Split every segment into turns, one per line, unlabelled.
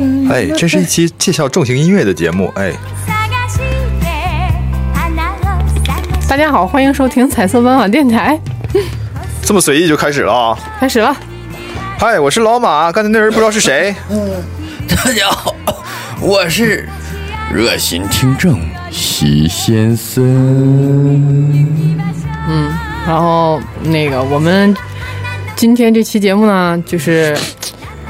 嗯
哎，这是一期介绍重型音乐的节目。哎，
大家好，欢迎收听彩色斑马电台，
这么随意就开始了啊！
开始了。
嗨，我是老马，刚才那人不知道是谁。
大家好， 我是热心听众席先生。
然后那个我们今天这期节目呢，就是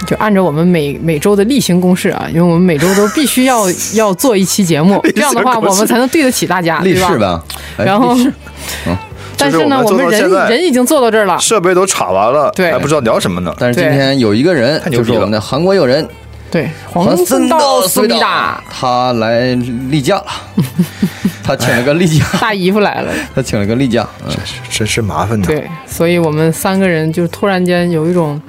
就按照我们每每周的例行公事啊，因为我们每周都必须要 要做一期节目，这样的
例
话
行公事
我们才能对得起大家，
立
啊对吧？
誓吧，哎嗯
然后
立誓，
但是呢，
就是我们做
我
到
们人
现在
人已经做到这儿了，
设备都插完了，
对
还不知道聊什么呢。
但是今
对
天有一个人，
牛
就
逼
是
了
我们的韩国友人
对，黄
黄
森
森
道
道
思
思
密
密
达
达，他来例 假了，他请了个例假，
大姨夫来了，
他请了个例假，嗯
真是麻烦呐。
对，所以我们三个人就突然间有一种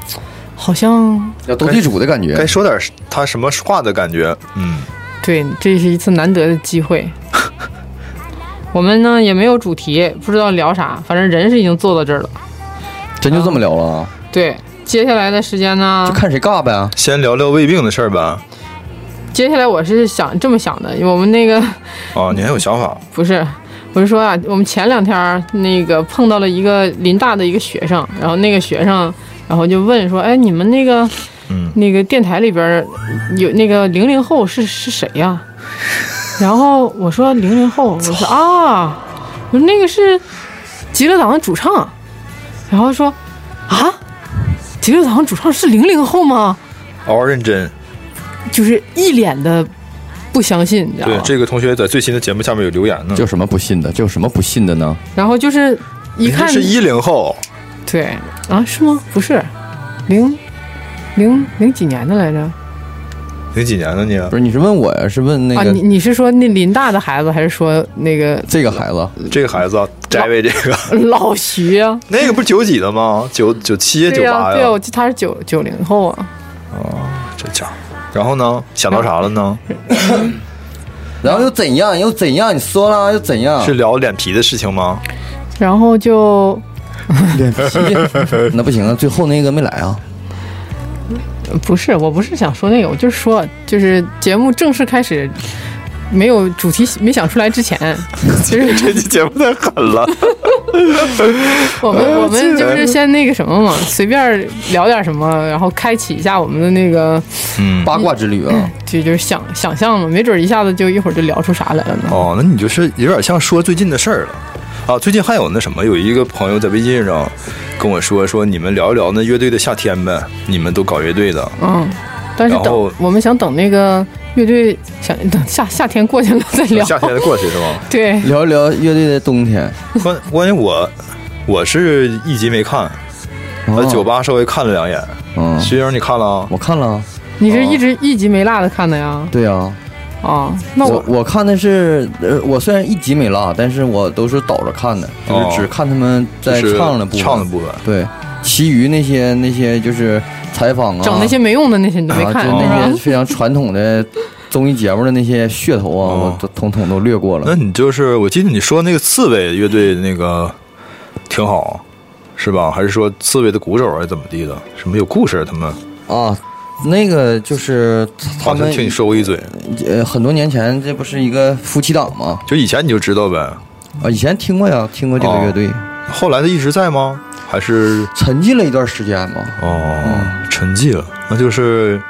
好像
要斗地主的感觉
该。说点他什么话的感觉。嗯，
对，这是一次难得的机会。我们呢也没有主题，不知道聊啥，反正人是已经坐到这儿了。
真就这么聊了啊，
对，接下来的时间
就
呢，
看谁尬
啊
呗。啊
先聊聊胃病的事儿吧。
接下来我是想这么想的，因为我们那个
哦，你还有想法？
不是，我是说啊，我们前两天儿那个碰到了一个林大的一个学生，然后那个学生，然后就问说，哎，你们那个，
嗯
那个电台里边儿有那个零零后是是谁呀、 然后我说零零后，我说啊，我说那个是极乐党的主唱，然后说啊，极乐党主唱是零零后吗？
嗷嗷认真。
就是一脸的不相信，你知道
对
吗，？
这个同学在最新的节目下面有留言呢。
这有什么不信的？这有什么不信的呢？
然后就是一
人家
看
是一零后，
对啊，是吗？不是，零零零几年的来着？
零几年的你？啊
不是，你是问我呀？是问那
啊，你
个
你是说那林大的孩子，还是说那个
这个孩子？
这个孩子啊翟伟这个，
老徐啊？
那个不是九几的吗？九九七九
对呀、
八
对呀、我
呀，
记得他是九九零后啊。
这家伙。然后呢？想到啥了呢？
然后又怎样？又怎样？你说啦，又怎样？
是聊脸皮的事情吗？
然后就
脸皮？ 那不行啊，最后那个没来啊。
不是，我不是想说那个，我就是说，就是节目正式开始。没有主题没想出来之前，就是
这期节目太狠了，
我们我们
记
就
得
是先那个什么嘛，随便聊点什么，然后开启一下我们的那个
嗯，
八卦之旅啊，
就就是想想象嘛，没准一下子就一会儿就聊出啥来了呢。
哦，那你就是有点像说最近的事儿了啊。最近还有那什么，有一个朋友在微信上跟我说，说你们聊一聊那乐队的夏天呗，你们都搞乐队的，
嗯，但是
然后
等我们想等那个乐队，想等夏夏天过去了再聊。
夏天的过去是 吗？
对，
聊一聊乐队的冬天。
关关于我，我是一集没看，我在
哦
酒，吧稍微看了两眼。
嗯，
徐英，你看了啊？
我看了啊，
你是一
哦
直一集没落的看的呀？
对啊，
啊，那
我
我
我看的是，呃，我虽然一集没落，啊但是我都是倒着看的，就
哦
是只看他们在
就是
唱的部分，
唱的部分。
对，其余那些那些就是采访啊，
整那些没用的那些你都没
啊，
看
就是
哦
那
吧
些？非常传统的综艺节目的那些噱头啊，
哦
我都统统都略过
那
了。
你就是我记得你说那个刺猬乐队那个挺好，是吧？还是说刺猬的鼓手还是怎么地的？什么有故事啊？他们
啊，那个就是他
好像
们
听你说过一嘴，
呃很多年前，这不是一个夫妻档吗？
就以前你就知道呗。
啊，以前听过呀，听过这个
哦
乐队，
后来他一直在吗？还是
沉浸了一段时间嘛。
哦沉寂了？那就是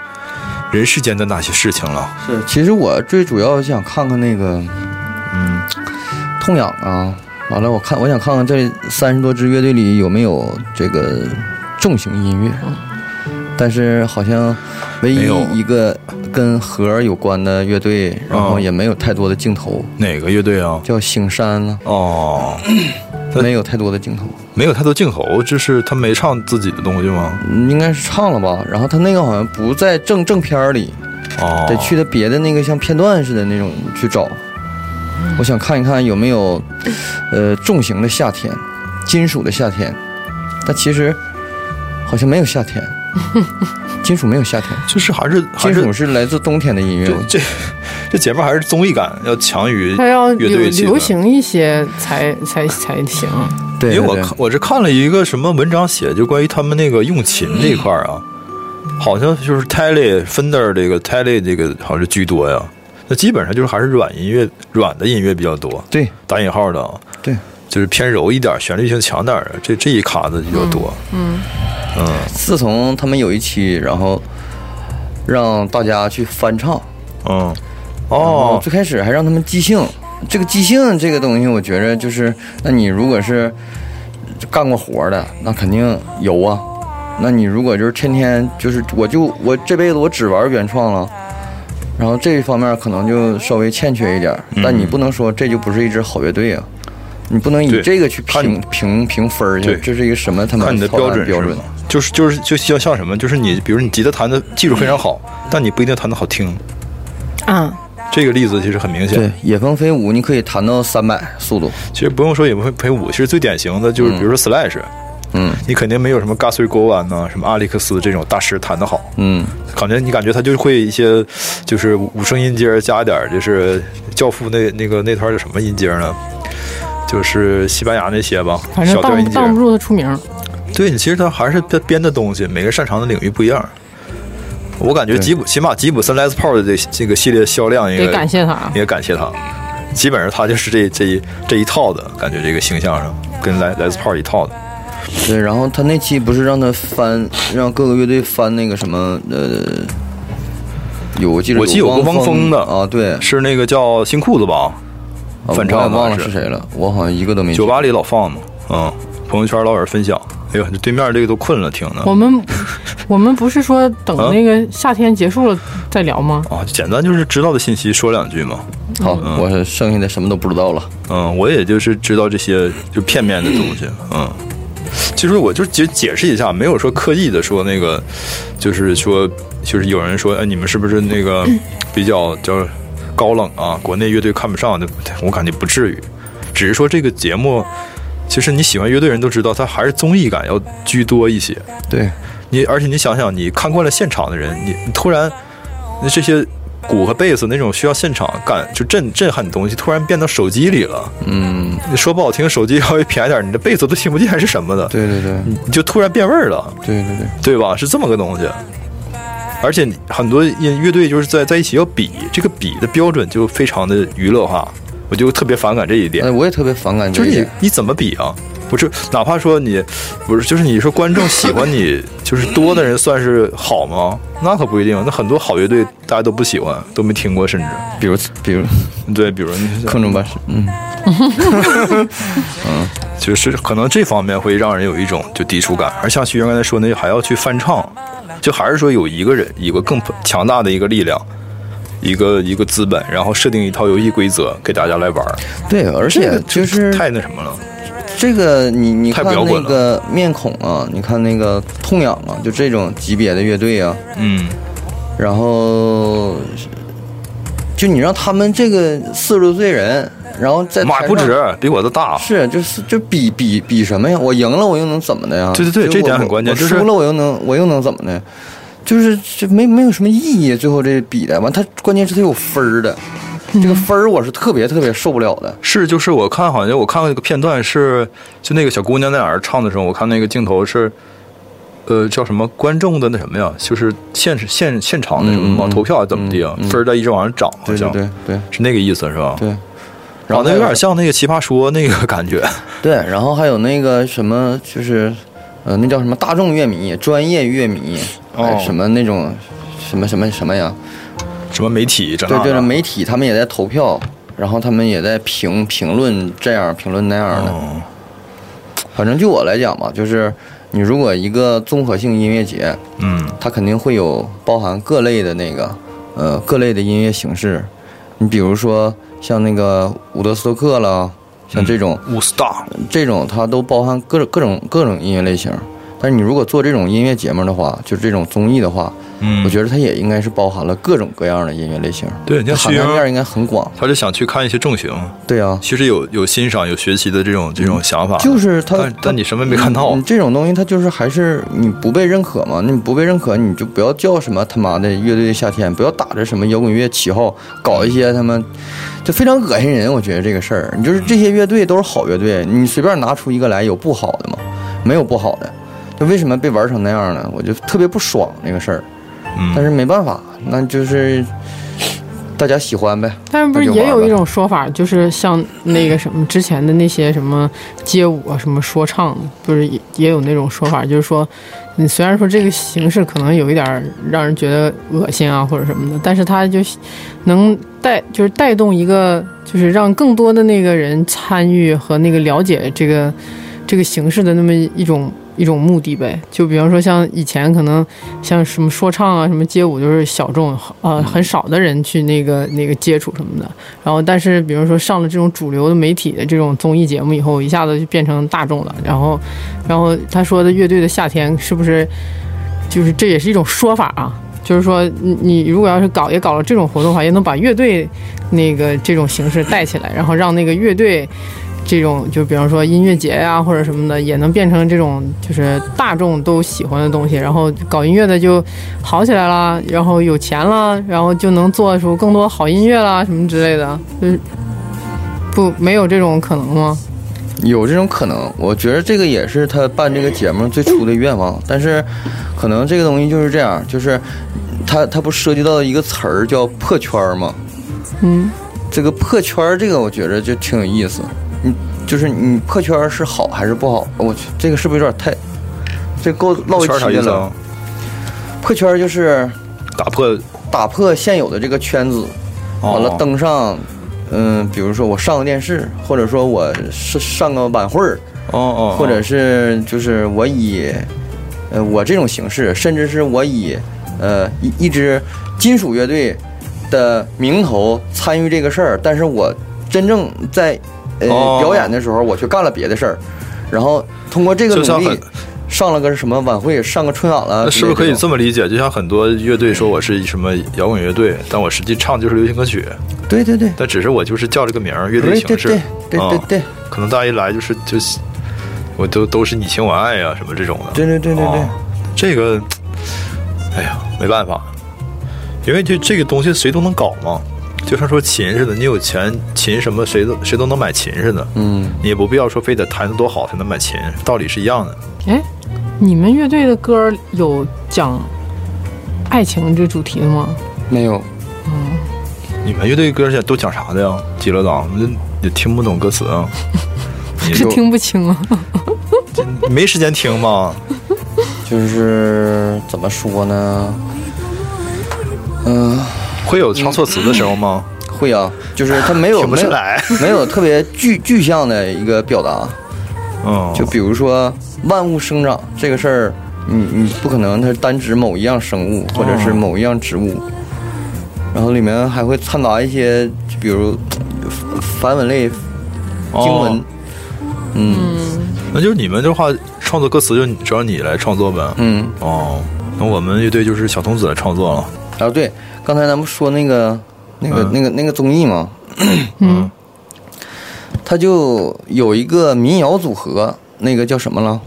人世间的那些事情了。
是，其实我最主要想看看那个
嗯，
痛痒啊，完了我看我想看看这三十多支乐队里有没有这个重型音乐，但是好像唯
嗯没有哦
一一个跟核有关的乐队，然后也没有太多的镜头，
哪个乐队啊？
叫醒山了，
哦，
没有太多的镜头，
没有太多镜头，就是他没唱自己的东西吗？
嗯应该是唱了吧？然后他那个好像不在正正片儿里，
哦，
得去的别的那个像片段似的那种去找。我想看一看有没有，呃，重型的夏天，金属的夏天，但其实好像没有夏天，金属没有夏天，
就是还是还
金
是
属是来自冬天的音乐。
这这这节目还是综艺感要强于
它要
乐
有
队气氛
流行一些才才才行。啊
对，
因为我
对
看我是看了一个什么文章写，就关于他们那个用琴这一块儿啊，好像就是 Telly Fender 这个 Telly 这个好像是居多呀。那基本上就是还是软音乐、软的音乐比较多，
对
打引号的啊，
对，
就是偏柔一点、旋律性强点儿的，这这一卡子比较多。
自从他们有一期，然后让大家去翻唱，
嗯，
哦
哦，
最开始还让他们即兴，这个即兴这个东西，我觉着就是，那你如果是干过活的，那肯定有啊。那你如果就是天天就是，我就我这辈子我只玩原创了，然后这一方面可能就稍微欠缺一点儿，
嗯
但你不能说这就不是一支好乐队啊。你不能以
对
这个去
看
评评评分儿
对
这是一个什么他妈
看你的标
操蛋
准是
标准
吗？就是就是就像像什么，就是你比如你吉他弹的技术非常好，但你不一定弹的好听。
嗯，
这个例子其实很明显。
对，野蜂飞舞你可以弹到三百速度，
其实不用说也不会陪舞，其实最典型的就是比如说 Slash，
嗯
你肯定没有什么 Guthrie g o a n 呐、什么阿历克斯这种大师弹得好，
嗯，
感觉你感觉他就会一些就是五声音阶儿加一点儿就是教父那那个那团儿叫什么音阶儿呢？就是西班牙那些吧，
反正
小调
当
音阶儿。
当不住他出名儿。
对你其实他还是他编的东西，每个擅长的领域不一样。我感觉吉普起码吉普森 Les Paul 的这这个系列销量应
得
该
感谢他，啊
也感谢他。基本上他就是这这一这一套的感觉，这个形象上跟来来自炮一套的。
对，然后他那期不是让他翻，让各个乐队翻那个什么呃，有我记得
我记得有个
汪
汪峰的
啊，对，啊
是那个叫新裤子吧，翻唱
我也
的
忘了
是
是谁了，我好像一个都没记
酒吧里老放嘛，嗯，朋友圈老有人分享。哎呦，这对面这个都困了，听
我
的
们 我们不是说等那个夏天结束了再聊吗？
啊，简单就是知道的信息说两句嘛。
好，我是剩下的什么都不知道了。
嗯，我也就是知道这些就片面的东西，嗯。其实我就解解释一下，没有说刻意的说那个，就是说，就是有人说，哎，你们是不是那个比较叫高冷啊？国内乐队看不上的，我感觉不至于，只是说这个节目，其实你喜欢乐队人都知道，它还是综艺感要居多一些。
对，
你而且你想想，你看惯了现场的人，你你突然那这些鼓和贝斯那种需要现场感就震震撼的东西，突然变到手机里了。
嗯，
你说不好听，手机稍微便宜点，你的贝斯都听不见是什么的，
对对对，
你就突然变味儿了，
对对对，
对吧？是这么个东西。而且你很多音乐队就是在在一起要比，这个比的标准就非常的娱乐化，我就特别反感这一点。
哎，我也特别反感
就是
这一
你
点。
你怎么比啊？不是，哪怕说你不是，就是你说观众喜欢 你，就是多的人算是好吗？那可不一定，啊那很多好乐队大家都不喜欢，都没听过，甚至
比如比如
对，比如你
空中巴士，嗯，
就是可能这方面会让人有一种就抵触感。而像徐源刚才说那还要去翻唱，就还是说有一个人有个更强大的一个力量，一个一个资本，然后设定一套游戏规则给大家来玩儿，
对，而
这
且
个
就是
太那什么了。
这个你你
太
看
不摇
那
滚
个面孔啊，你看那个痛痒啊，就这种级别的乐队啊，
嗯，
然后就你让他们这个四十多岁人，然后在
妈
呃台上
不止，比我的大。
是就是就比比比什么呀？我赢了我又能怎么的呀？
对对对
就
这点
我
很关键
我
就是
输了我又能我又能怎么的？就是这没没有什么意义，最后这比的完，他关键是他有分儿的，这个分儿我是特别特别受不了的。
是，就是我看好像我看过一个片段是，就那个小姑娘在哪儿唱的时候，我看那个镜头是，呃，叫什么观众的那什么呀，就是现现现场的什么嘛、
嗯嗯嗯
投票还是怎么地啊，分儿在一直往上涨，好
对对
像
对对
是那个意思是吧？
对
啊，，
然后
那
还
有点像那个奇葩说那个感觉，
对，然后还有那个什么，就是呃，那叫什么大众乐迷、专业乐迷，还有
哦
什么那种什么什么什么呀？
什么媒体这
对，
那
就是
的
媒体他们也在投票，然后他们也在评评论这样评论那样的。
哦
反正就我来讲吧，就是你如果一个综合性音乐节，
嗯
它肯定会有包含各类的那个呃各类的音乐形式。你比如说像那个伍德斯托克啦，像这种、
五 star，
这种它都包含各种各种各种音乐类型。但是你如果做这种音乐节目的话，就是这种综艺的话，
嗯
我觉得它也应该是包含了各种各样的音乐类型。
对你像
涵
徐
盖
英
面应该很广。
他是想去看一些重型，
对啊，
其实有有欣赏、有学习的这种这种想法的，
嗯就是他
但
他
但你什么也没看到啊
嗯，这种东西，它就是还是你不被认可嘛？你不被认可，你就不要叫什么他妈的乐队的夏天，不要打着什么摇滚乐旗号搞一些他妈，就非常恶心人。我觉得这个事儿，你就是这些乐队都是好乐队，你随便拿出一个来，有不好的吗？没有不好的，就为什么被玩成那样呢？我就特别不爽这个事儿，但
嗯，
是没办法，那就是大家喜欢呗。
但是不是
那就
也
玩
有
吧
一种说法，就是像那个什么之前的那些什么街舞啊、什么说唱，不是也也有那种说法，就是说，你虽然说这个形式可能有一点儿让人觉得恶心啊或者什么的，但是它就能带就是带动一个，就是让更多的那个人参与和那个了解这个这个形式的那么一种一种目的呗。就比方说像以前可能像什么说唱啊、什么街舞，就是小众呃很少的人去那个那个接触什么的。然后但是比如说上了这种主流的媒体的这种综艺节目以后，一下子就变成大众了。然后，然后他说的乐队的夏天是不是就是这也是一种说法啊？就是说你你如果要是搞也搞了这种活动的话，也能把乐队那个这种形式带起来，然后让那个乐队。这种就比方说音乐节呀、或者什么的，也能变成这种就是大众都喜欢的东西。然后搞音乐的就好起来啦，然后有钱啦，然后就能做出更多好音乐啦什么之类的。就是不没有这种可能吗？
有这种可能，我觉得这个也是他办这个节目最初的愿望。但是，可能这个东西就是这样，就是他他不涉及到一个词儿叫破圈儿吗？
嗯，
这个破圈儿这个我觉得就挺有意思。你就是你破圈儿是好还是不好？我去，这个是不是有点太这够唠一
圈儿啥
期
意思
了
啊？？
破圈儿就是
打
哦
破
打破现有的这个圈子，
哦
完了登上，嗯，比如说我上个电视，或者说我上上个晚会儿。
哦哦，
或者是就是我以，呃，我这种形式，甚至是我以，呃，一一支金属乐队的名头参与这个事儿，但是我真正在呃、
哦
表演的时候，我去干了别的事儿，然后通过这个
就像
努力
很，
上了个什么晚会，上个春晚了，
那是不是可以
这
这么理解？就像很多乐队说我是什么摇滚乐队，但我实际唱就是流行歌曲，
种？对对对，
但只是我就是叫这个名儿，乐队
对
形
对
式
对，对对
嗯
对。
可能大家一来就是就是，我都都是你情我爱呀、什么这种的。
对对对对对
哦这个，哎呀，没办法，因为这这个东西谁都能搞嘛，就像说琴似的，你有钱琴什么谁都谁都能买琴似的，
嗯，
你也不必要说非得弹得多好才能买琴，道理是一样的。
哎，你们乐队的歌有讲爱情这主题的吗？
没有，
你们乐队歌现在都讲啥的呀？极乐党我们也听不懂歌词啊，
是
你
听不清啊。
你没时间听吗？
就是怎么说呢？嗯、
会有唱错词的时候吗？
会啊，就是 他没有
听不
没
出
有
来
没有特别具具象的一个表达，
嗯，
就比如说万物生长这个事儿，你你不可能它单指某一样生物或者是
哦
某一样植物，然后里面还会掺杂一些，就比如呃繁文类经文，
哦那就是你们的话，创作歌词就只要你来创作呗。
嗯，
哦，那我们乐队就是小童子来创作了。
然后啊对，刚才咱们说那个那个、
嗯
那个那个综艺嘛，
嗯，
它就有一个民谣组合，那个叫什么了？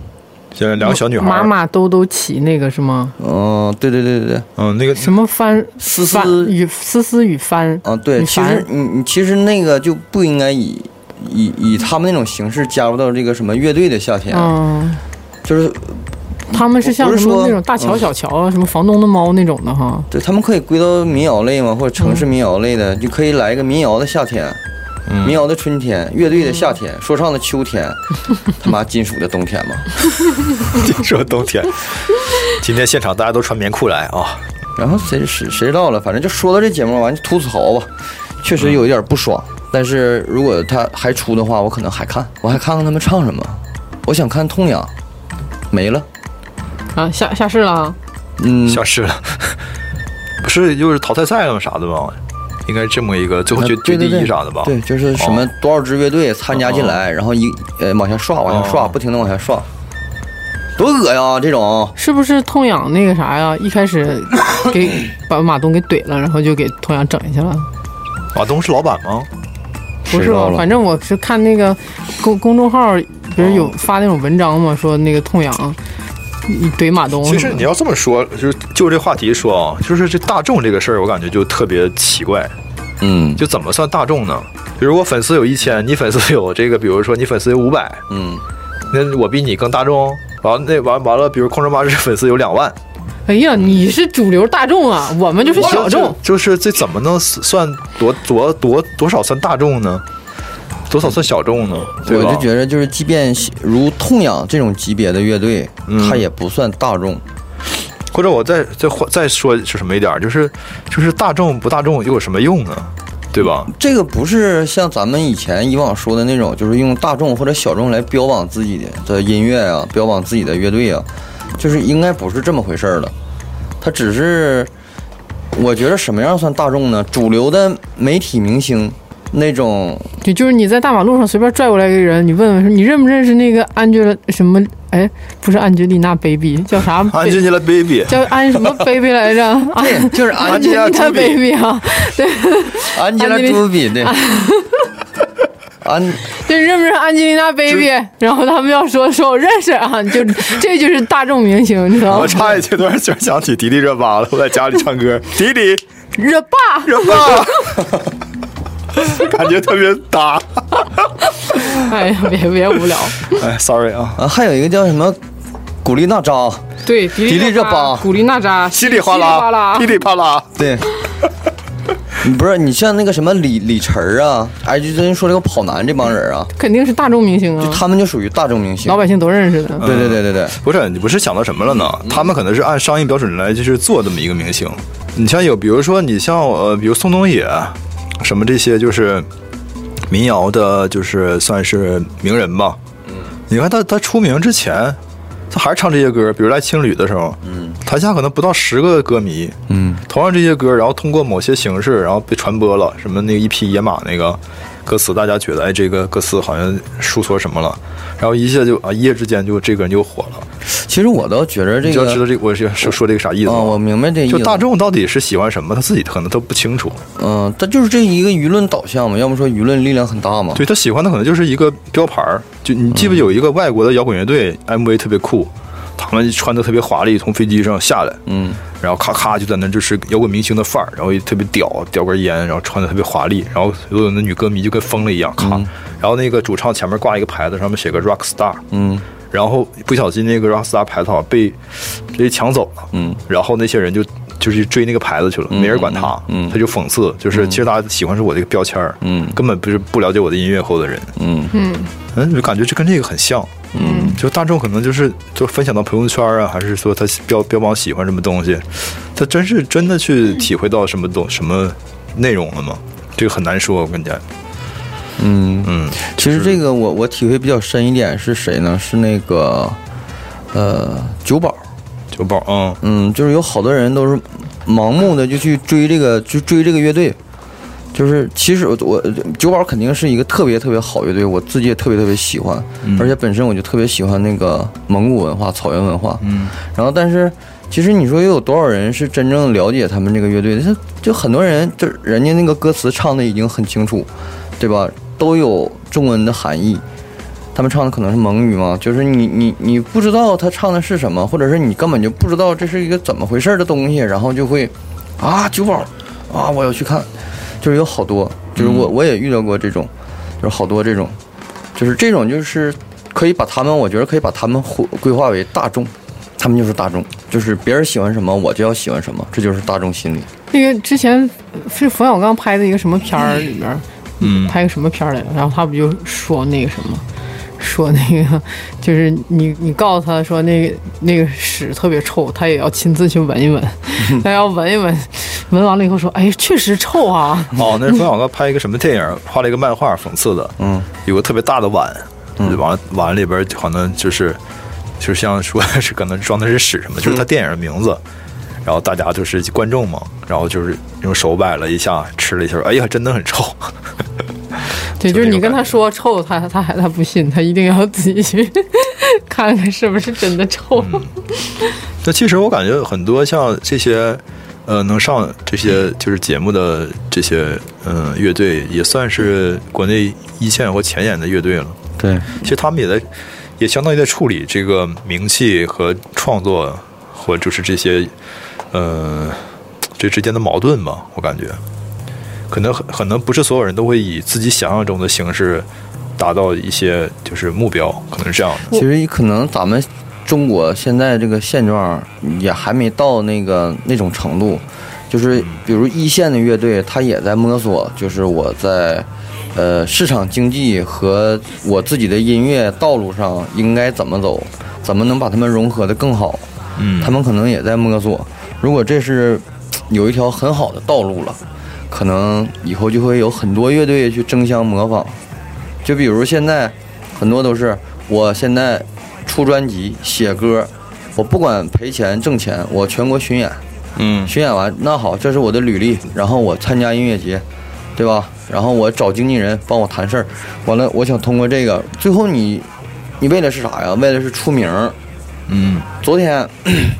现在两个小女孩，
马马兜兜骑那个是吗？
嗯、对对对对对。
嗯，那个
什么帆
思思
帆与思思与帆
啊，对，
与
其
帆
实你你其实那个就不应该以以以他们那种形式加入到这个什么乐队的夏天，
嗯。
就是
他们是像
不是
什么
说
那种大乔小乔啊，什么房东的猫那种的哈。
对他们可以归到民谣类嘛，或者城市民谣类的，就可以来一个民谣的夏天，民谣的春天，乐队的夏天，说唱的秋天，他妈金属的冬天嘛，
说冬天，今天现场大家都穿棉裤来啊。
然后谁谁谁知道了，反正就说到这节目完就吐槽吧，确实有一点不爽。但是如果他还出的话，我可能还看，我还看看他们唱什么。我想看《痛痒》，没了。
啊，下下市了啊，
嗯，
消失了， 不是又是淘汰赛了啊吗？啥的吧？应该这么一个最后
啊
决
对
决
对
第
对
一啥的吧？
对，就是什么
哦嗯
多少支乐队参加进来，然后一呃往下刷，往下刷，
哦
不停的往下刷。多恶呀、这种
是不是痛痒那个啥呀？一开始给把马东给怼了，然后就给痛痒整下去了。
马东是老板吗？
不
谁
是
知道
吧？
了
反正我是看那个公公众号，不是有发那种文章嘛，说那个痛痒，你怼马东什么
其
的。
实你要这么说，就是就这话题说啊，就是这大众这个事儿，我感觉就特别奇怪。
嗯
就怎么算大众呢？比如我粉丝有一千，你粉丝有这个，比如说你粉丝有五百，
嗯，
那我比你更大众。完那完完了，比如空中巴士粉丝有两万，
哎呀，你是主流大众啊，我们就是小众。
就是这怎么能算多多多多少算大众呢？多少算小众呢？对
我
吧？
就觉得就是，即便如痛痒这种级别的乐队，
嗯
它也不算大众。
或者我再再换再说是什么一点儿，就是就是大众不大众又有什么用呢？对吧？
这个不是像咱们以前以往说的那种，就是用大众或者小众来标榜自己的音乐啊，标榜自己的乐队啊，就是应该不是这么回事儿了。它只是，我觉得什么样算大众呢？主流的媒体明星那种，
就就是你在大马路上随便拽过来一个人，你问问说你认不认识那个安吉拉什么？哎，不是安吉丽娜 baby，叫啥？
安吉拉 baby，
叫安什么 baby 来着？安
就是
安
安
吉
吉拉
丽
朱
娜
比，
baby 啊，对，
安吉拉朱比对，安
对，认不认识安吉丽娜 baby？然后他们要说说我认识啊，你就 这就是大众明星，你知道
我
吗？
差一阶段就想起迪丽热巴了，我在家里唱 歌，迪迪
热巴，
热 巴，感觉特别搭。
哎呀，别别无聊。
哎，sorry 啊，
啊，还有一个叫什么古力娜扎，
对，迪
迪丽热巴
古力娜扎，
稀里哗啦，噼里啪啦，
对， 你不是你像那个什么李李晨儿啊，哎，就最近说这个跑男这帮人啊，
肯定是大众明星
嗯
就
啊，
他们就属于大众明星嗯
老。百姓都认识的。
对对对对对，
不是，你不是想到什么了呢？他们可能是按商业标准来就是做这么一个明星。你像有，比如说你像呃，比如宋冬野，什么这些就是民谣的，就是算是名人吧。你看他他出名之前，他还是唱这些歌，比如来青旅的时候，嗯，台下可能不到十个歌迷，嗯，同样这些歌，然后通过某些形式，然后被传播了，什么那个一匹野马那个歌词，大家觉得哎，这个歌词好像诉说什么了，然后一下就啊，一夜之间就这个人就火了。
其实我倒觉得
你
这
就要知道
个
这个我是说说这个啥意思
啊，我
吗？
明白这意思。
就大，众到底是喜欢什么，他自己可能都不清楚。
嗯，他就是这一个舆论导向嘛，要么说舆论力量很大嘛。
对他喜欢的可能就是一个标牌儿。就你
嗯
记不记得有一个外国的摇滚乐队 MV 特别酷，他们穿的特别华丽，从飞机上下来，嗯，然后咔咔就在那就是摇滚明星的范儿，然后也特别屌，叼根烟，然后穿的特别华丽，然后所有的女歌迷就跟疯了一样，咔，
嗯
然后那个主唱前面挂一个牌子，上面写个 Rock Star，嗯。然后不小心那个 Rockstar 牌子好像被被抢走了，嗯，然后那些人就就是追那个牌子去了，没人管他，嗯，他就讽刺，就是其实大家喜欢是我这个标签儿，嗯，根本不是不了解我的音乐后的人，
嗯
嗯嗯，就感觉这跟这个很像，嗯，就大众可能就是就分享到朋友圈啊，还是说他标标榜喜欢什么东西，他真是真的去体会到什么东什么内容了吗？这个很难说，我跟你讲，
嗯，
嗯，
其实这个我我体会比较深一点是谁呢？是那个呃九宝，
酒保，嗯，
嗯，就是有好多人都是盲目的就去追这个，就追这个乐队。就是其实我我九宝肯定是一个特别特别好乐队，我自己也特别特别喜欢，而且本身我就特别喜欢那个蒙古文化、草原文化。嗯，然后但是其实你说又有多少人是真正了解他们这个乐队的？就就很多人就是人家那个歌词唱的已经很清楚，对吧？都有中文的含义。他们唱的可能是蒙语嘛，就是你你你不知道他唱的是什么，或者是你根本就不知道这是一个怎么回事儿的东西，然后就会啊酒保啊我要去看，就是有好多，就是我我也遇到过这种，就是好多这种，就是这种就是可以把他们，我觉得可以把他们规规划为大众，他们就是大众，就是别人喜欢什么我就要喜欢什么，这就是大众心理。
那个之前是冯小刚拍的一个什么片儿里面，嗯，拍个什么片儿来着？然后他不就说那个什么，说那个就是你你告诉他说那个那个屎特别臭，他也要亲自去闻一 闻，他要闻一闻，闻完了以后说，哎，确实臭啊。
哦，那是冯小刚拍一个什么电影，画了一个漫画，讽刺的。嗯，有个特别大的碗，碗碗里边可能就是，就像说 是可能装的是屎什么，就是他电影的名字。然后大家就是观众嘛，然后就是用手崴了一下，吃了一下，哎呀，真的很臭。
对，就是
那种
你跟他
感觉
说臭，他他还他不信，他一定要自己去 看看是不是真的臭。
嗯那其实我感觉很多像这些，呃，能上这些就是节目的这些，嗯、乐队也算是国内一线或前沿的乐队了。
对，
其实他们也在，也相当于在处理这个名气和创作，或就是这些，呃，这之间的矛盾吧。我感觉，可能很可能不是所有人都会以自己想象中的形式达到一些就是目标，可能是这样的。
其实可能咱们中国现在这个现状也还没到那个那种程度，就是比如一线的乐队，他也在摸索，就是我在呃市场经济和我自己的音乐道路上应该怎么走，怎么能把他们融合的更好。
嗯
他们可能也在摸索。如果这是有一条很好的道路了，可能以后就会有很多乐队去争相模仿。就比如现在很多都是，我现在出专辑写歌，我不管赔钱挣钱，我全国巡演，
嗯
巡演完那好，这是我的履历，然后我参加音乐节，对吧？然后我找经纪人帮我谈事儿，完了我想通过这个，最后你你为的是啥呀？为的是出名儿。
嗯
昨天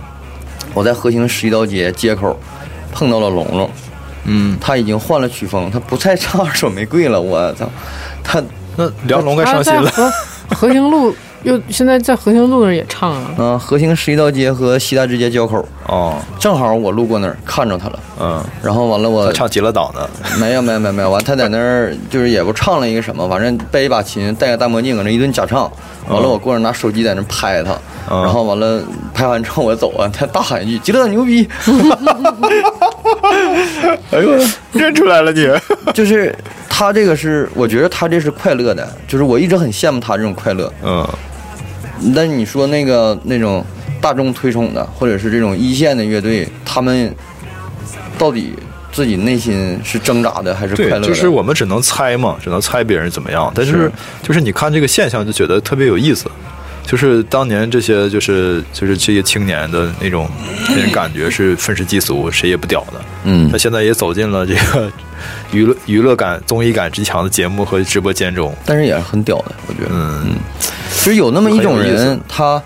我在和平十一道街街口碰到了龙龙，
嗯。
他已经换了曲风，他不再唱二手玫瑰了。我操，他
那梁龙该
他
伤心
在
了。
和 和平路又现在在和平路那儿也唱啊，
嗯、和平十一道街和西大直街交口，
哦，
正好我路过那儿看着他了。
嗯，
然后完了我，
他唱极乐岛呢。
没有没有没有没有，完他在那儿就是也不唱了一个什么，反正背一把琴，戴个大墨镜，搁那一顿假唱。完了，我过来拿手机在那拍他，
嗯
然后完了拍完之后我走啊，他大喊一句：“极乐牛逼！” 哎呦我的。
认出来了你。
就是他这个是，我觉得他这是快乐的，就是我一直很羡慕他这种快乐。
嗯
但是你说那个那种大众推崇的，或者是这种一线的乐队，他们到底自己内心是挣扎的还是快
对
乐，的？
就是我们只能猜嘛，只能猜别人怎么样。但是
是
就是你看这个现象，就觉得特别有意思。就是当年这些就是就是这些青年的那种那种感觉是愤世嫉俗，谁也不屌的。
嗯
那现在也走进了这个娱乐娱乐感、综艺感极强的节目和直播间中。
但是也是很屌的，我觉得。
嗯，
其实有那么一种
很有意
人，他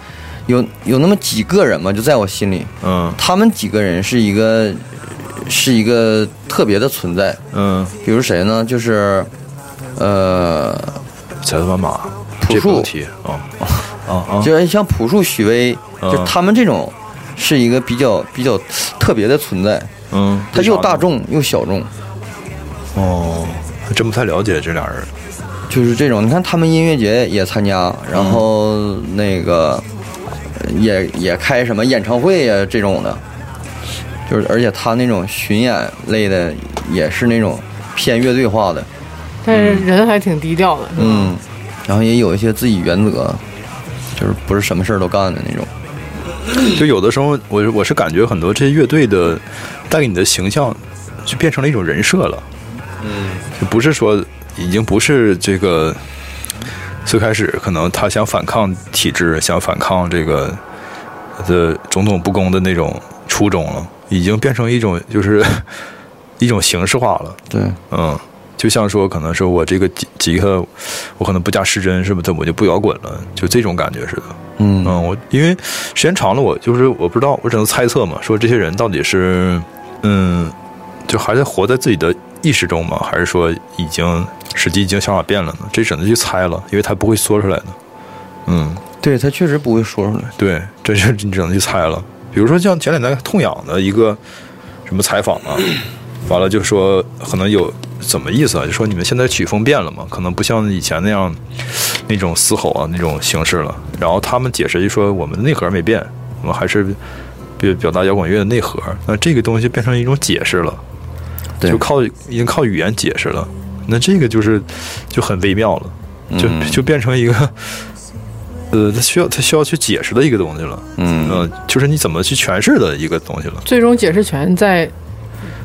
有有那么几个人嘛，就在我心里，
嗯
他们几个人是一个是一个特别的存在。
嗯，
比如谁呢？就是呃，
小他妈，这
朴
不
树
用提 啊啊啊！
就是哎像朴树、许巍，
嗯
就他们这种，是一个比较比较特别的存在。
嗯，
他又大众又小众，
哦，还真不太了解这俩人。
就是这种。你看他们音乐节也参加，然后那个呃也也开什么演唱会呀、这种的，就是而且他那种巡演类的也是那种偏乐队化的，
但是人还挺低调的。
嗯，然后也有一些自己原则，就是不是什么事儿都干的那种。
就有的时候，我我是感觉很多这些乐队的带给你的形象，就变成了一种人设了。嗯，就不是说已经不是这个最开始可能他想反抗体制，想反抗这个的种种不公的那种初衷了，已经变成一种就是 一种形式化了。
对，
嗯，就像说，可能说我这个吉吉他，我可能不加失真，是不是？我就不摇滚了，就这种感觉似的。
嗯
嗯，我因为时间长了我，就是我不知道，我只能猜测嘛，说这些人到底是，嗯，就还在活在自己的意识中吗？还是说已经实际已经想法变了呢？这只能去猜了，因为他不会说出来的。嗯，
对他确实不会说出来。
对，这是你只能去猜了。比如说像前两天痛痒的一个什么采访啊，完了就说可能有怎么意思啊？就说你们现在曲风变了嘛，可能不像以前那样那种嘶吼啊那种形式了。然后他们解释就说我们的内核没变，我们还是表表达摇滚乐的内核。那这个东西变成一种解释了，
对
就靠已经靠语言解释了。那这个就是就很微妙了，就
嗯
就变成一个。呃，他需要他需要去解释的一个东西了，
嗯
呃，就是你怎么去诠释的一个东西了，
最终解释权在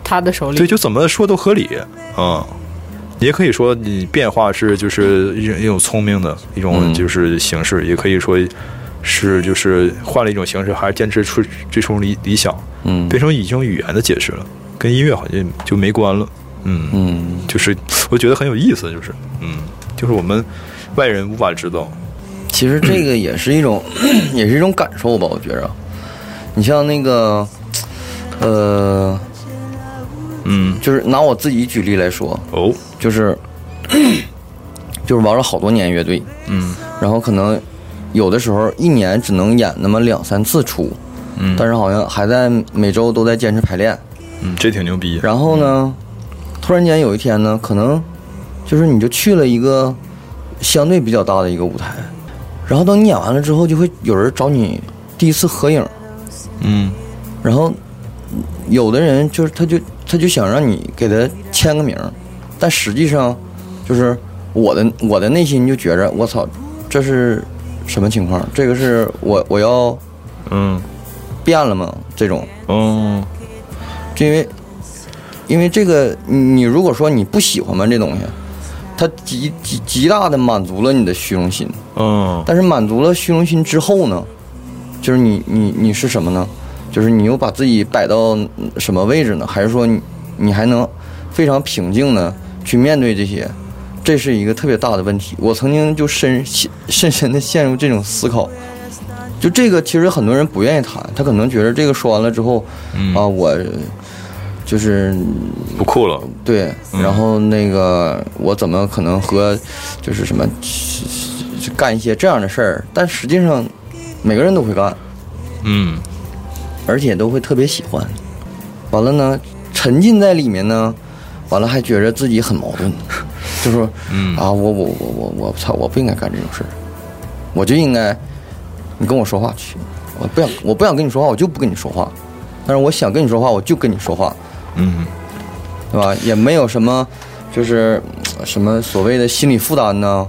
他的手里。
对，就怎么说都合理，嗯，也可以说你变化是就是一种一种聪明的一种
嗯
就是形式，也可以说是就是换了一种形式，还是坚持初最初理理想，
嗯
变成已经语言的解释了，跟音乐好像就没关了，嗯
嗯，
就是我觉得很有意思，就是嗯，就是我们外人无法知道，
其实这个也是一 种，也是一种感受吧，我觉着。你像那个，呃，
嗯
就是拿我自己举例来说，
哦，
就是， 就是玩了好多年乐队，
嗯
然后可能有的时候一年只能演那么两三次出，
嗯
但是好像还在每周都在坚持排练。
嗯，这挺牛逼，
然后呢，突然间有一天呢，可能就是你就去了一个相对比较大的一个舞台，然后等你演完了之后，就会有人找你第一次合影，
嗯
然后有的人就是他就他就想让你给他签个名儿，但实际上就是我的我的内心就觉着我操，这是什么情况？这个是我我要
嗯
变了吗？这种，
哦
就因为因为这个你你如果说你不喜欢吧这东西，它极极极大的满足了你的虚荣心，
哦
但是满足了虚荣心之后呢，就是你你你是什么呢？就是你又把自己摆到嗯什么位置呢？还是说你你还能非常平静的去面对这些？这是一个特别大的问题。我曾经就深陷深深的陷入这种思考。就这个，其实很多人不愿意谈，他可能觉得这个说完了之后，啊，我就是
不酷了，
对，然后那个我怎么可能和就是什么去干一些这样的事儿？但实际上，每个人都会干，
嗯
而且都会特别喜欢。完了呢，沉浸在里面呢，完了还觉着自己很矛盾， 就说、啊，我我我我我操，我不应该干这种事儿，我就应该你跟我说话去，我不想我不想跟你说话，我就不跟你说话，但是我想跟你说话，我就跟你说话。
嗯
对吧？也没有什么，就是嗯什么所谓的心理负担呢，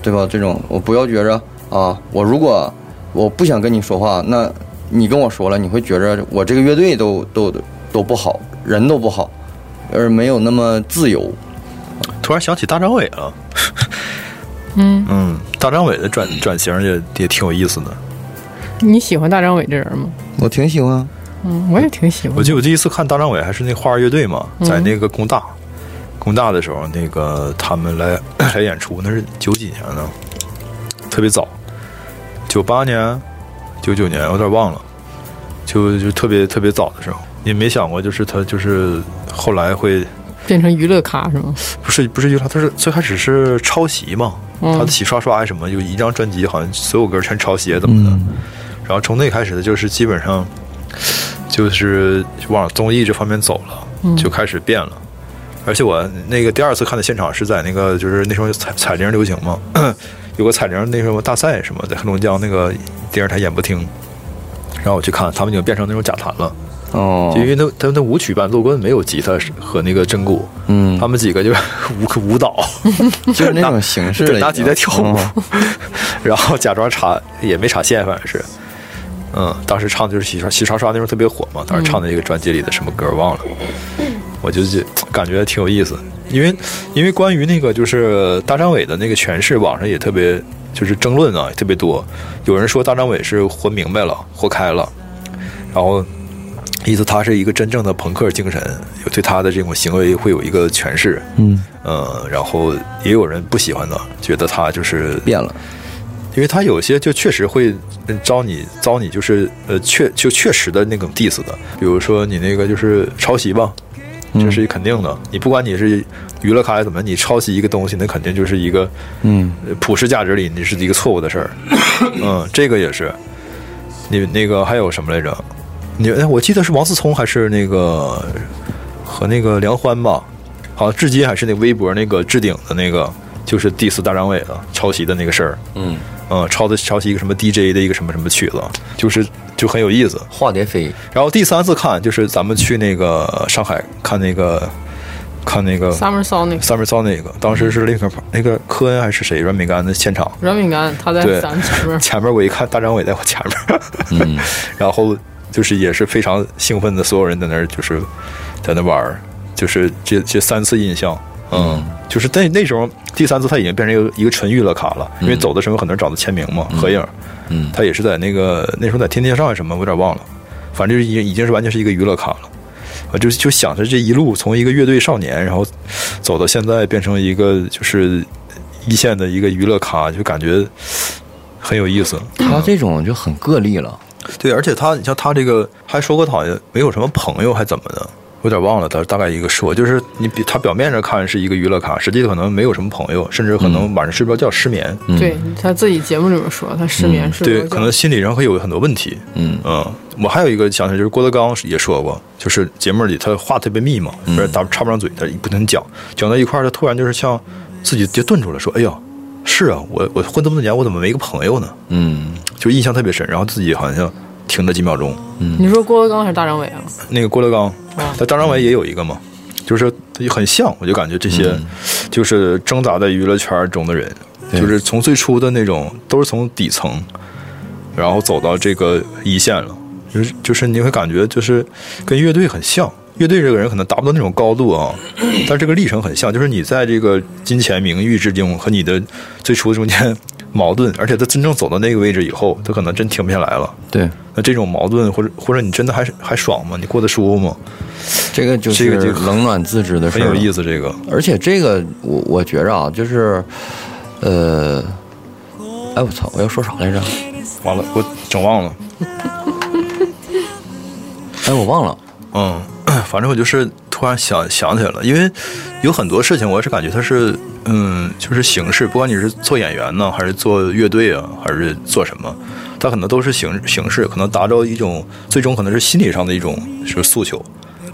对吧？这种我不要觉着啊，我如果我不想跟你说话，那你跟我说了，你会觉着我这个乐队都都都不好，人都不好，而没有那么自由。
突然想起大张伟了，
嗯，
嗯，大张伟的转转型也也挺有意思的。
你喜欢大张伟这人吗？
我挺喜欢，
嗯，我也挺喜欢
我。记得我第一次看大张伟还是那花儿乐队嘛，在那个工大，工大的时候，那个他们来 来演出，那是九几年呢，特别早，九八年、九九年，我有点忘了，就就特别特别早的时候，也没想过就是他就是后来会
变成娱乐咖是吗？
不是不是就是他，他是最开始是抄袭嘛，
嗯
他的洗刷刷啊什么，有一张专辑好像所有歌全抄袭啊怎么的，然后从那开始的就是基本上就是往综艺这方面走了，就开始变了。而且我那个第二次看的现场是在那个就是那时候彩彩铃流行嘛， 有个彩铃那什么大赛什么，在黑龙江那个电视台演播厅，然后我去看，他们已经变成那种假弹了。
哦
就因为那他那舞曲版陆根没有吉他和那个真鼓，
嗯
他们几个就是 舞舞蹈，
就是那种形式了
对，
已经，
拿吉他跳舞
嗯，
然后假装插也没插线，反正是，嗯，当时唱的就是洗刷洗刷刷那时候特别火嘛，当时唱
嗯
的一个专辑里的什么歌忘了，我就就感觉挺有意思，因为因为关于那个就是大张伟的那个诠释，网上也特别就是争论啊，也特别多，有人说大张伟是活明白了，活开了，然后意思他是一个真正的朋克精神，有对他的这种行为会有一个诠释，
嗯，
呃，然后也有人不喜欢他，觉得他就是
变了，
因为他有些就确实会嗯招你招你就是呃确就确实的那种 diss 的，比如说你那个就是抄袭吧，这是肯定的。你不管你是娱乐咖还是怎么，你抄袭一个东西，那肯定就是一个
嗯
呃普世价值里你是一个错误的事儿。嗯，这个也是。你那个还有什么来着？你哎，我记得是王思聪还是那个和那个梁欢吧？好像至今还是那微博那个置顶的那个，就是 diss 大张伟的抄袭的那个事儿。
嗯，
嗯，抄的抄袭一个什么 DJ 的一个什么什么曲子，就是就很有意思。
化蝶飞，
然后第三次看就是咱们去那个上海看那个看那个
Summer Sonic，
Summer Sonic，当时是另一个那个科恩还是谁软饼干的现场，
软饼干，他在
对。
咱们前 面
前面我一看大张伟在我前面，
嗯，
然后就是也是非常兴奋的，所有人在那儿就是在那玩儿，就是这这三次印象，嗯，就是那那时候第三次他已经变成一个一个纯娱乐卡了，因为走的时候很多人找他签名嘛、合影，
嗯
他也是在那个那时候在天天上还是什么，我有点忘了，反正就是已经已经是完全是一个娱乐卡了。我就就想着这一路从一个乐队少年，然后走到现在变成一个就是一线的一个娱乐咖，就感觉很有意思。
他这种就很个例了。
对，而且他，你像他这个，还说过他好像没有什么朋友，还怎么的？我有点忘了，他大概一个说，就是你比他表面上看是一个娱乐咖，实际可能没有什么朋友，甚至可能晚上睡不着觉失眠。
对他自己节目里面说，他失眠睡不
嗯对
着，觉
可能心理上会有很多问题。
嗯
嗯，我还有一个想起，就是郭德纲也说过，就是节目里他话特别密嘛，不是打插不上嘴，他不停讲，讲到一块儿，他突然就是像自己就顿住了，说：“哎呀，是啊，我我混这么多年，我怎么没个朋友呢
嗯，？”
就印象特别深，然后自己好像停了几秒钟，
你说郭德纲还是大张伟啊？
那个郭德纲
啊，
他张张伟也有一个嘛，就是他很像，我就感觉这些就是挣扎在娱乐圈中的人，
对
就是从最初的那种都是从底层，然后走到这个一线了，就是就是你会感觉就是跟乐队很像。乐队这个人可能达不到那种高度啊，但这个历程很像，就是你在这个金钱、名誉之中和你的最初中间 矛盾，而且他真正走到那个位置以后，他可能真停不下来了。
对，
那这种矛盾，或者或者你真的还是还爽吗？你过得舒服吗？
这个就
这
是
个就
冷暖自知的事
很
儿了，
有意思，这个
而且这个我我觉着啊，就是，呃，哎我操，我要说啥来着？
完了，我整忘了。
哎，我忘了。
嗯， 反正我就是突然想想起来了，因为有很多事情，我是感觉它是，嗯，就是形式，不管你是做演员呢，还是做乐队啊，还是做什么，它可能都是形形式，可能达到一种最终可能是心理上的一种是诉求，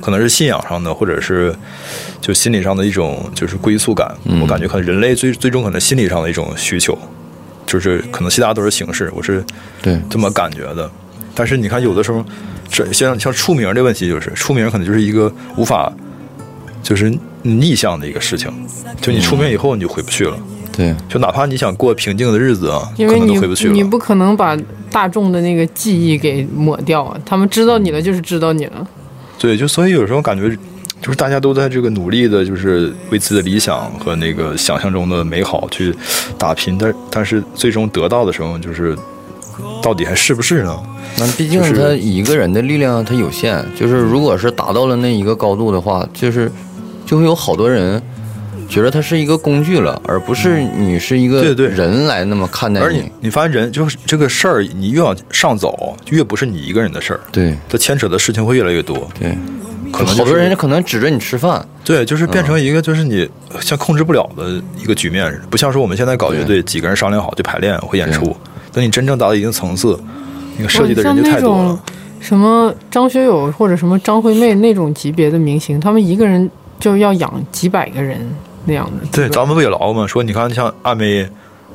可能是信仰上的，或者是就心理上的一种就是归宿感。我感觉可能人类最最终可能心理上的一种需求，就是可能其他都是形式，我是
对
这么感觉的。但是你看，有的时候，这像像出名这问题，就是出名可能就是一个无法就是逆向的一个事情，就你出名以后你就回不去了，
对，
就哪怕你想过平静的日子啊，
因
可
为
能
你
都回不去
你
了。
不可能把大众的那个记忆给抹掉啊，他们知道你了就是知道你了。
对，就所以有时候感觉。就是大家都在这个努力的，就是为自己的理想和那个想象中的美好去打拼，但但是最终得到的时候，就是到底还是不是呢？
那毕竟
就是
他一个人的力量他有限，就是如果是达到了那一个高度的话，就是就会有好多人觉得他是一个工具了，而不是你是一个
嗯对对
人来那么看待
而你
你。
你发现人就是这个事儿，你越往上走，越不是你一个人的事儿，
对
它牵扯的事情会越来越多，
对，
可能、就是、
好多人可能指着你吃饭，
对，就是变成一个就是你
嗯
像控制不了的一个局面似的，不像说我们现在搞乐队，几个人商量好就排练会演出，等你真正达到一定层次，那个设计的人
像
就
那
太多
种
了。
什么张学友或者什么张惠妹那种级别的明星，他们一个人就要养几百个人那样的。
对，
基本
咱们不也聊嘛，说你看像阿妹，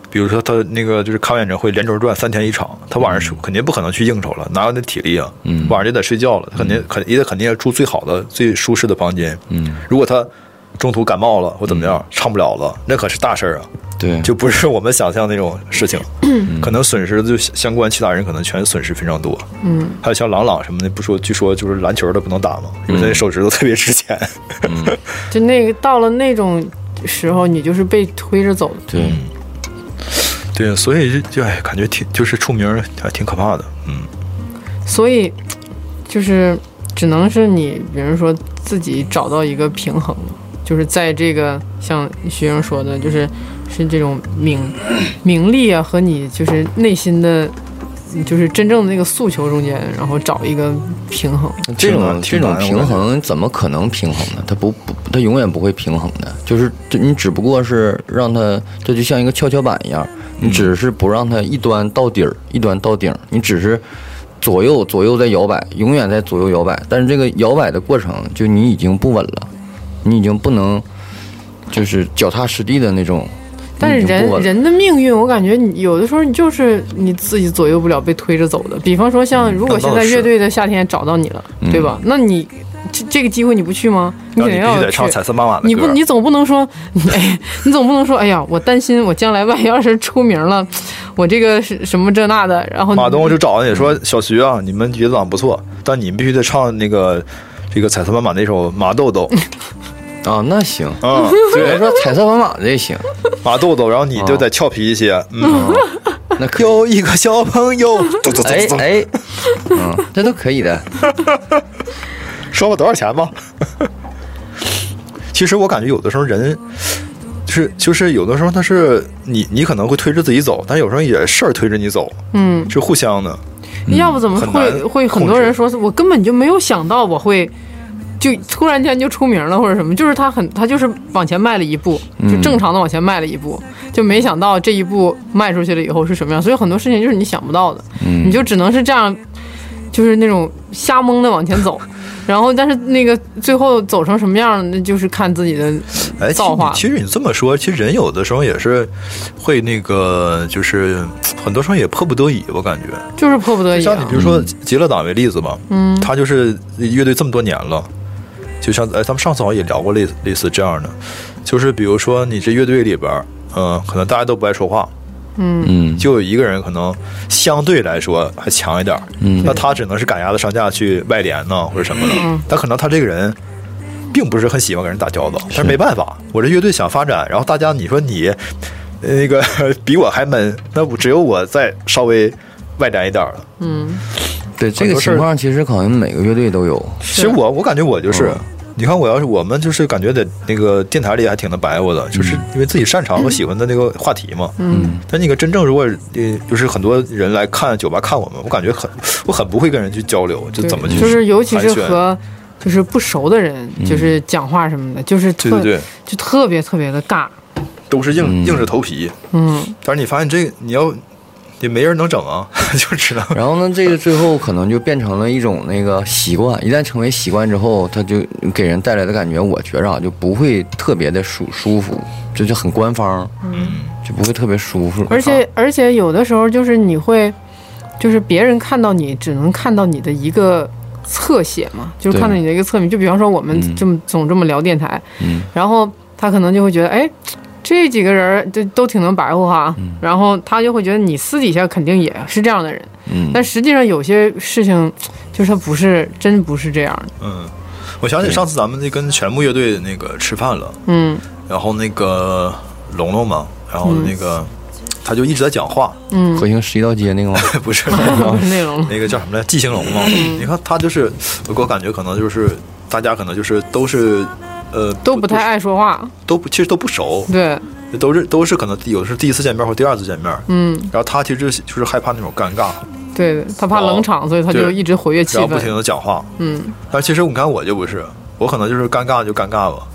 比如说她那个就是开完演唱会连轴转三天一场，她晚上是肯定不可能去应酬了，哪有那体力啊？
嗯
晚上就得睡觉了，她肯定肯也得肯定要住最好的、最舒适的房间。
嗯，
如果她中途感冒了或怎么样，唱不了了，那可是大事儿啊，
对，
就不是我们想象那种事情，可能损失就相关其他人可能全损失非常多。
嗯，
还有像朗朗什么的，不说据说就是篮球的不能打嘛，因为他那手指头特别值钱。
就那个到了那种时候，你就是被推着走的。
对，
对，所以就就哎，感觉挺就是出名儿还挺可怕的。嗯，
所以就是只能是你，比如说自己找到一个平衡，就是在这个像学生说的，就是是这种名 名利啊和你就是内心的。就是真正的那个诉求中间，然后找一个平衡。
这
挺
种
难
这
挺
种
难
平衡怎么可能平衡呢？它不不，它永远不会平衡的。就是这你只不过是让它，这就像一个跷跷板一样，
嗯
你只是不让它一端到底儿，一端到顶儿，你只是左右左右在摇摆，永远在左右摇摆。但是这个摇摆的过程，就你已经不稳了，你已经不能就是脚踏实地的那种。
但是
你已经不
人
稳了
人的命运，我感觉你有的时候你就是你自己左右不了，被推着走的。比方说，像如果
嗯那倒
现在
是嗯
乐队的夏天找到你了，对吧？那你这这个机会你不去吗？你
然后
肯
你必
定
须
要
得
去
唱。彩色妈妈的歌。
你不，你总不能说，你 哎，你总不能说，哎呀，我担心我将来万一要是出名了，我这个是什么这那的，然后
马东就
嗯
找你说：“小徐啊，你们觉得不错，但你们必须得唱那个这个彩色妈妈那首《马豆 豆》
啊，那行。
啊，
比如说彩色宝马这也行，
马豆豆，然后你就得俏皮一些。嗯，
那可以。
有一个小朋友，走走走
哎
走，
哎，嗯，这都可以的。
说吧，多少钱吧？ 其实我感觉有的时候人就是就是有的时候他是你你可能会推着自己走，但有时候也事儿推着你走，
嗯，
是互相的。
要不怎么
嗯很
会
难
会很
控
多
制
人说我根本就没有想到我会。就突然间就出名了，或者什么，就是他很，他就是往前迈了一步，就
嗯
正常的往前迈了一步，就没想到这一步迈出去了以后是什么样，所以很多事情就是你想不到的，
嗯
你就只能是这样，就是那种瞎蒙的往前 走，然后但是那个最后走成什么样，那就是看自己的
哎，其实你
造化
其实你这么说，其实人有的时候也是会那个，就是很多时候也迫不得已，我感觉。
就是迫不得已、
像你
啊
比。如
嗯
说极乐党为例子吧，嗯，他就是乐队这么多年了，就像哎，咱们上次好像也聊过类似类似这样的，就是比如说你这乐队里边儿，嗯、可能大家都不爱说话，
嗯
就有一个人可能相对来说还强一点儿，
嗯
那他只能是赶鸭子上架去外联呐或者什么的，但可能他这个人。并不是很喜欢跟人打交道，但是没办法，我这乐队想发展，然后大家你说你呃那个 比我还闷，那我只有我再稍微外展一点儿了。
对这个情况其实好像每个乐队都有，
其实我我感觉我就是，
嗯
你看我要是我们就是感觉在那个电台里还挺能白活的，
嗯
就是因为自己擅长和喜欢的那个话题嘛。嗯。但那个真正如果呃，就是很多人来看酒吧看我们，我感觉很我很不会跟人去交流，就
对
怎么去
就是尤其是
寒暄
和就是不熟的人，就是讲话什么的，就是
嗯
特
对对对，
就特别特别的尬。
都是硬硬着头皮。
嗯，
但是你发现这个你要也没人能整啊， 就只能
然后呢，这个最后可能就变成了一种那个习惯，一旦成为习惯之后，它就给人带来的感觉，我觉着啊，就不会特别的舒舒服，这就很官方，嗯，就不会特别舒服。
而且而且有的时候就是你会，就是别人看到你只能看到你的一个侧写嘛，就是
对
看到你的一个侧面。就比方说我
嗯
们这么、总这么聊电台，
嗯
然后他可能就会觉得，哎，这几个人儿这都挺能白活哈，
嗯
然后他就会觉得你私底下肯定也是这样的人，
嗯
但实际上有些事情就是他不是真不是这样的，
嗯。我想起上次咱们那跟全部乐队那个吃饭了，
嗯
然后那个龙龙嘛，然后那个、他就一直在讲话，
嗯，
和平十一道街那 个吗？
不是。
内容了
那个叫什么来，季兴龙嘛。
嗯
你看他就是，我我感觉可能就是大家可能就是都是，呃，
都不太爱说话，
都不其实都不熟，
对，
都是都是可能有的是第一次见面或第二次见面。
嗯，
然后他其实就是就是害怕那种尴尬，
对的，他怕冷场，所以他就
哦对
一直活跃气
然后不停
氛，
的讲话。
嗯，
但其实你看我就不是，我可能就是尴尬就尴尬吧，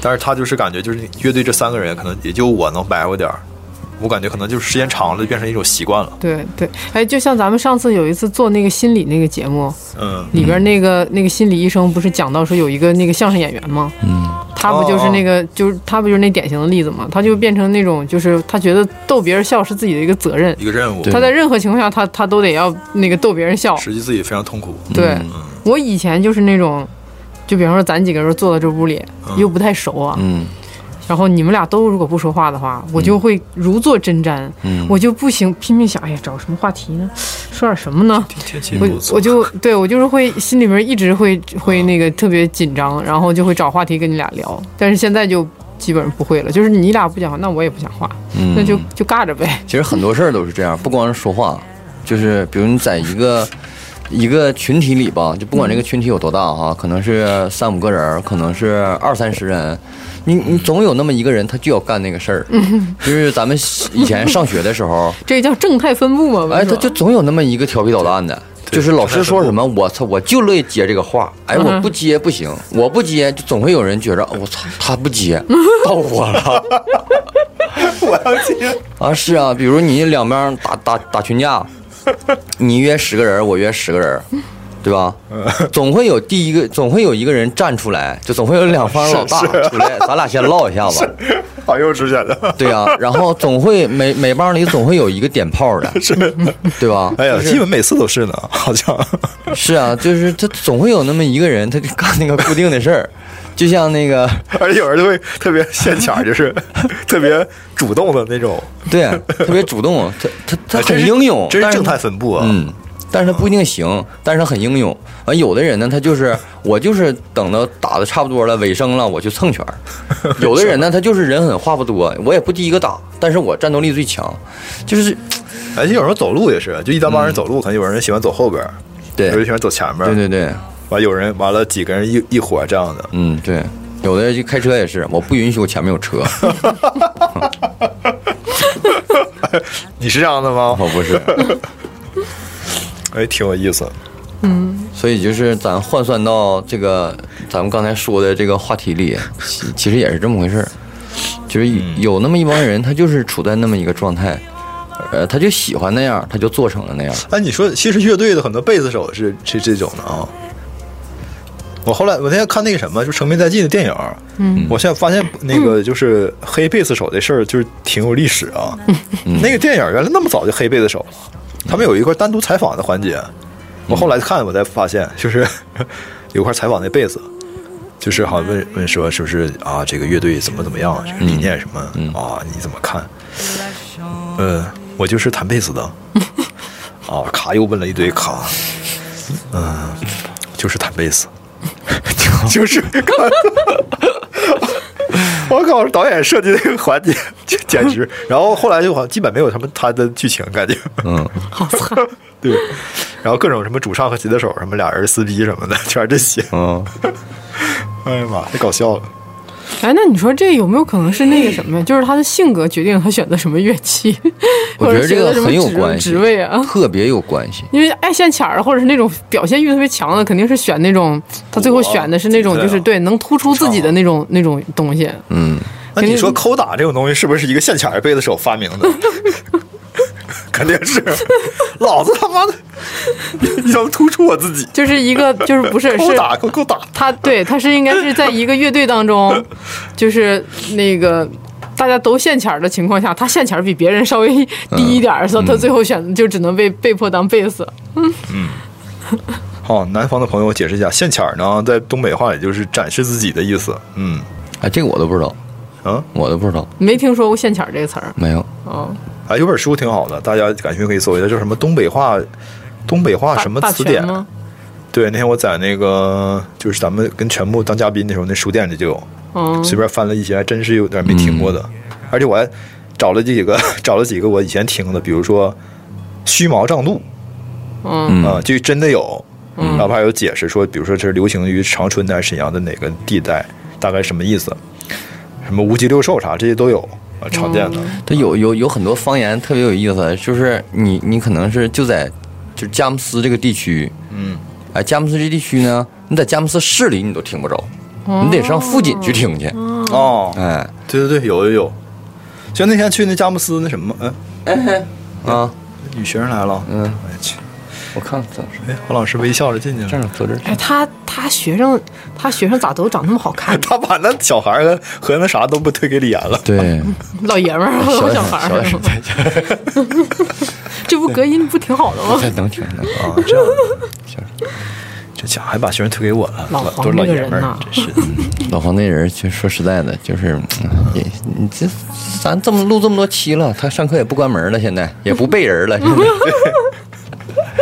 但是他就是感觉就是乐队这三个人可能也就我能白活点儿，我感觉可能就是时间长了就变成一种习惯了。
对对，哎，就像咱们上次有一次做那个心理那个节目，
嗯，
里边那个、那个心理医生不是讲到说有一个那个相声演员吗？
嗯，
他不就是那
哦
个，就是他不就是那典型的例子吗？他就变成那种，就是他觉得逗别人笑是自己的一个责任，
一个任务，
对
他在任何情况下他他都得要那个逗别人笑。
实际自己非常痛苦。
对、
嗯
我以前就是那种，就比方说咱几个人坐在这屋里、又不太熟啊，
嗯
然后你们俩都如果不说话的话，我就会如坐针毡，
嗯
我就不行拼命想，哎呀，找什么话题呢？说点什么呢？
天气
我
不错
我就对我就是会心里面一直会会那个特别紧张，然后就会找话题跟你俩聊，但是现在就基本上不会了，就是你俩不讲话，那我也不讲话，
嗯，
那就就尬着呗。
其实很多事儿都是这样，不光是说话，就是比如你在一个一个群体里吧，就不管这个群体有多大哈，可能是三五个人儿，可能是二三十人，你你总有那么一个人，他就要干那个事儿。就是咱们以前上学的时候，
这个叫正态分布嘛，不是
哎，他
吗
就总有那么一个调皮捣蛋的。就是老师说什么，我操，我就乐意接这个话。哎，我不接不行，我不接就总会有人觉着，我操，他不接，到我了。
我要接。
啊，是啊，比如你两边打打打 群架，你约十个人，我约十个人，对吧？
嗯
总会有第一个，总会有一个人站出来，就总会有两方老大出来，咱俩先唠一下子，
好幼稚显得。
对啊，然后总会每每帮里总会有一个点炮 的，对吧？
哎呀，
就是
基本每次都是呢，好像。
是啊，就是他总会有那么一个人，他就干那个固定的事儿，就像那个
而且有人就会特别现 抢，就是特别主动的那种，
对，啊特别主动，他他他
哎真
很
是
英勇，
真是
但
正态分布啊。
嗯，但是他不一定行，但是他很英勇。完，有的人呢，他就是我就是等到打的差不多了，尾声了，我就蹭圈儿； 有的人呢，他就是人狠话不多，我也不第一个打，但是我战斗力最强，就是
而且有时候走路也是，就一大帮人走路，可能有人喜欢走后边儿，
对
有人喜欢走前边儿，
对对对，
完有人完了几个人一一伙这样的，
嗯，对，有的就开车也是，我不允许我前面有车，
你是这样的吗？
我不是，
哎，挺有意思。
所以就是咱换算到这个咱们刚才说的这个话题里，其其实也是这么回事儿，就是有那么一帮人，他就是处在那么一个状态，呃，他就喜欢那样，他就做成了那样。
哎，你说其实乐队的很多贝斯手是是这种的啊。我后来我那天看那个什么，就《成名在即》的电影，嗯，我现在发现那个就是黑贝斯手这事儿就是挺有历史啊。那个电影原来那么早就黑贝斯手了，他们有一块单独采访的环节，我后来看我才发现，就是 有一块采访那贝斯。就是好像问问说是不是啊？这个乐队怎么怎么样？这个理念什么、啊？你怎么看？呃，我就是弹贝斯的。啊，卡又问了一堆卡，嗯、就是弹贝斯， 就是，我靠，导演设计这个环节就简直，然后后来就好像基本没有什么他的剧情感觉，
嗯，
对，然后各种什么主唱和吉他手什么俩人撕逼什么的，全是这些，
嗯，
哎呀妈，太搞笑了。
哎，那你说这有没有可能是那个什么呀？就是他的性格决定他选择什么乐器，
我
或
觉
者
得这
选择
个
什么
很有
职
关系，
职位啊。
特别有关系。
因为爱现钱儿或者是那种表现欲特别强的，肯定是选那种他最后选的是那种
对啊
就是对能突出自己的那种那种东西。
嗯，
那
肯
你
定
说抠打这种东西是不是一个现钱儿背的手发明的？ 肯定是， 老子他妈的，你怎么突出我自己？
就是一个就是不是
抠
是
打，给我给我打！
他对他是应该是在一个乐队当中，就是那个大家都现钱儿的情况下，他现钱儿比别人稍微低一点儿，所以他最后选择就只能被被迫当贝斯。
好，南方的朋友，我解释一下，现钱儿呢，在东北话也就是展示自己的意思。嗯，
哎，这个我都不知道，
啊，
我都不知道，
没听说过现钱儿这个词儿
没有。
哦，
哎，有本书挺好的，大家感兴趣可以搜一下，叫什么东北话，东北话
大
啊什么
大
词
全
典？
吗？
对，那天我在那个就是咱们跟全部当嘉宾的时候，那书店里就有。
嗯，
随便翻了一些，还真是有点没听过的。而且我还找了几个， 找了几个我以前听的，比如说虚毛胀肚
嗯
啊、就真的有。然后还有解释说，比如说这是流行于长春的还是沈阳的哪个地带，大概什么意思？什么无极六兽啥这些都有，啊，常见的。
它有有有很多方言特别有意思，就是你你可能是就在就佳木斯这个地区，
嗯，
哎，佳木斯这地区呢，你在佳木斯市里你都听不着，你得上附近去听去，
哦，
哎
对对对，有有有。就那天去那佳木斯那什么，哎，
啊，
女学生来了，
嗯
哎去，
我看看怎么
哎，黄老师微笑着进去了。？
坐这儿
哎，他他学生他学生咋都长那么好看
他把那小孩儿和和那啥都不推给李岩了。
对，
老爷们儿和
小
小
点
孩
声，小点声
儿，， 这不隔音不挺好的吗？
这能听能听。
啊，这样的，这家伙还把学生推给我了，
老黄
都是老
这个
爷们
人
儿
呐，
真是。
老黄那人，其实说实在的，就是嗯也你这咱这么录这么多期了，他上课也不关门了，现在也不背人了，现在。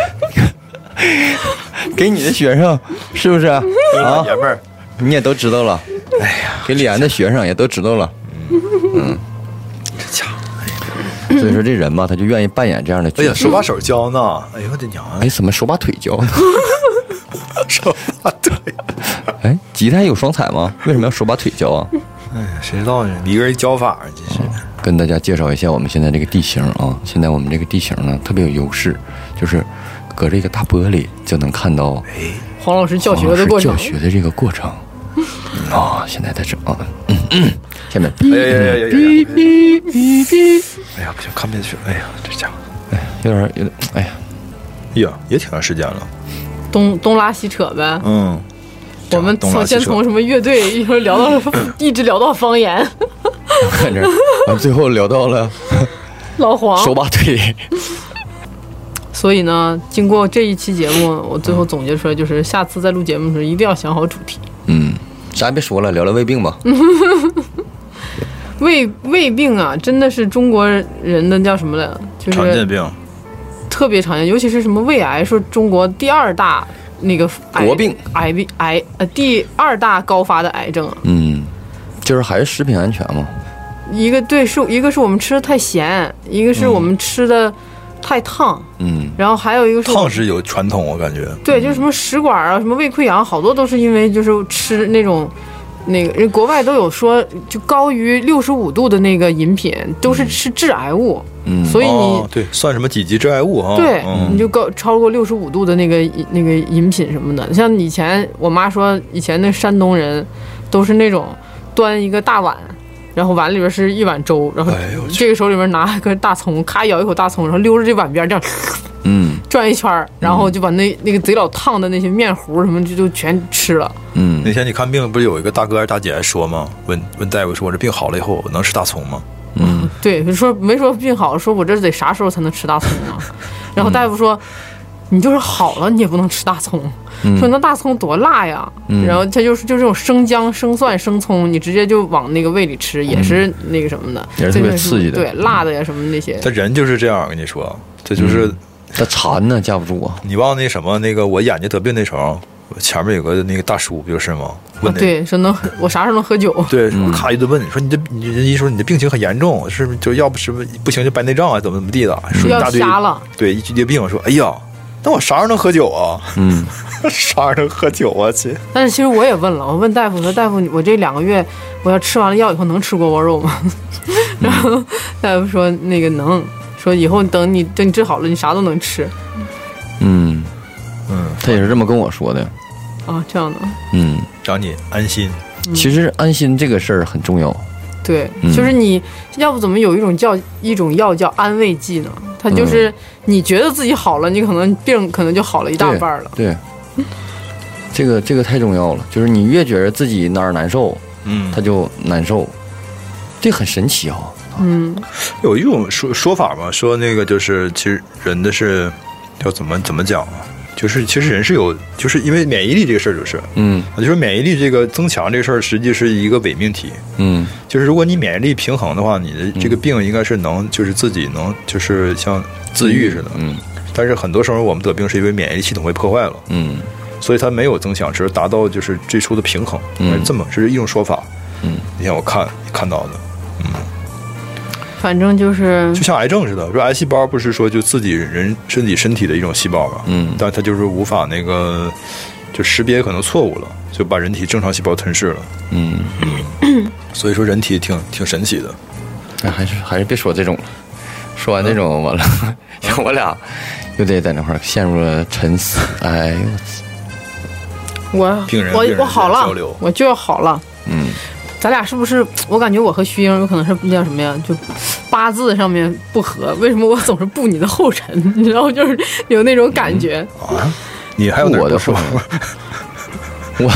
给你的学生是不是啊？
老爷们儿，
你也都知道了。哎呀，给李安的学生也都知道了。
这家伙，
所以说这人吧，他就愿意扮演这样的
哎
角
呀，
色。
手把手教呢，哎呦我的娘啊
哎，，怎么手把腿教？
手把腿，
哎，吉他有双踩吗？为什么要手把腿教啊？
哎呀，谁知道呢？一个人教法儿，真是。
跟大家介绍一下我们现在这个地形啊。现在我们这个地形呢特别有优势，就是隔着一个大玻璃就能看到
黄老哎师教
黄
学
老
的
师
过程
教，学的这个过 程。啊、现在在这啊， 嗯嗯，下面
哎呀呀呀呀呀！
哔哔哔，
哎呀，不行，看不下去了。哎呀，这家伙，
哎，有点有点，哎呀，
哎呀，也挺长时间了。
东东拉西扯呗。
嗯，
我们
啊
东拉
从
西
先
扯
从什么乐队一直聊到
嗯
一直聊到方言，
看这，我们最后聊到了
老黄。
手把腿，
所以呢，经过这一期节目，我最后总结出来就是，下次再录节目的时候一定要想好主题。
嗯，啥也别说了，聊聊胃病吧。
嗯胃胃病啊，真的是中国人的叫什么来着？就
常见
是
病，
特别常见，尤其是什么胃癌，说中国第二大那个癌
国病
癌病癌呃第二大高发的癌症啊，
嗯，就是还是食品安全嘛。
一个对是一个是我们吃的太咸，一个是我们吃的太烫，
嗯，
然后还有一个是
烫是有传统，我感觉
对，就是什么食管啊，什么胃溃疡，好多都是因为就是吃那种。那个人国外都有说，就高于六十五度的那个饮品都是吃致癌物，
嗯
所以你
哦、对算什么几级致癌物哈？
对，
嗯
你就高超过六十五度的那个那个饮品什么的，像以前我妈说，以前那山东人都是那种端一个大碗，然后碗里边是一碗粥，然后
哎呦我去
这个手里面拿一根大葱，咔咬一口大葱，然后溜着这碗边这样
嗯
转一圈儿，然后就把那那个贼老烫的那些面糊什么就就全吃了。
嗯
那天你看病不是有一个大哥还是大姐还说吗？问问大夫说，我这病好了以后，我能吃大葱吗？
嗯，
对，说没说病好，说我这得啥时候才能吃大葱啊？然
嗯
后大夫说，你就是好了，你也不能吃大葱。
嗯
说那大葱多辣呀，然后他就是就这种生姜、生蒜、生葱，你直接就往那个胃里吃，也是那个什么的，
嗯也是
所以
特
说
别
是
刺激的嗯
对，辣的呀什么那些。
他人就是这样，我跟你说，这就是、
他馋呢，架不住啊，
你忘那什么那个我眼睛得病那时候，我前面有个那个大叔不就是吗？问那个、
对，说能我啥时候能喝酒？
对，咔一顿问，说你这你人一说你的病情很严重，是不是就要不是不不行就白内障啊，怎么怎么地的，说
嗯
一大堆
要瞎了，
对，一堆病，说哎呀，那我啥时候能喝酒啊？
嗯，
啥时候能喝酒啊？亲，
但是其实我也问了，我问大夫说：“大夫，我这两个月我要吃完了药以后能吃锅包肉吗？” 然后大夫说：“那个能，说以后等你等你治好了，你啥都能吃
嗯
嗯，
他也是这么跟我说的，
啊。”这样的，
嗯，
让你安心。
嗯
其实安心这个事儿很重要，
对，
嗯
就是你要不怎么有一种叫一种药叫安慰剂呢？它就是你觉得自己好了，你可能病可能就好了一大半儿了。
对，这个这个太重要了，就是你越觉得自己哪儿难受，
嗯
他就难受，这很神奇啊、
嗯，
有一种说说法嘛，说那个就是其实人的是要怎么怎么讲啊？就是其实人是有，就是因为免疫力这个事儿，就是，
嗯
就说免疫力这个增强这个事儿，实际是一个伪命题。
嗯
就是如果你免疫力平衡的话，你的这个病应该是能，就是自己能，就是像自愈似的。
嗯
但是很多时候我们得病是因为免疫力系统被破坏了，
嗯
所以它没有增强，只是达到就是最初的平衡。
嗯
是这么这是一种说法。
嗯，
你像我看看到的，
反正就是
就像癌症似的，说癌细胞不是说就自己人身体身体的一种细胞嘛，
嗯
但它就是无法那个就识别可能错误了，就把人体正常细胞吞噬了。
嗯，
所以说人体挺挺神奇的，
哎还是还是别说这种了，说完这种完了， 我俩又得在那块儿陷入了沉思。哎呦，我操
我
病人
我
病人
我好
交
了
流，
我就要好了。
嗯
咱俩是不是？我感觉我和徐英有可能是那叫什么呀？就八字上面不合。为什么我总是步你的后尘？ 你知道，就是有那种感觉。
嗯
啊！你还有哪儿
我的
不说
话我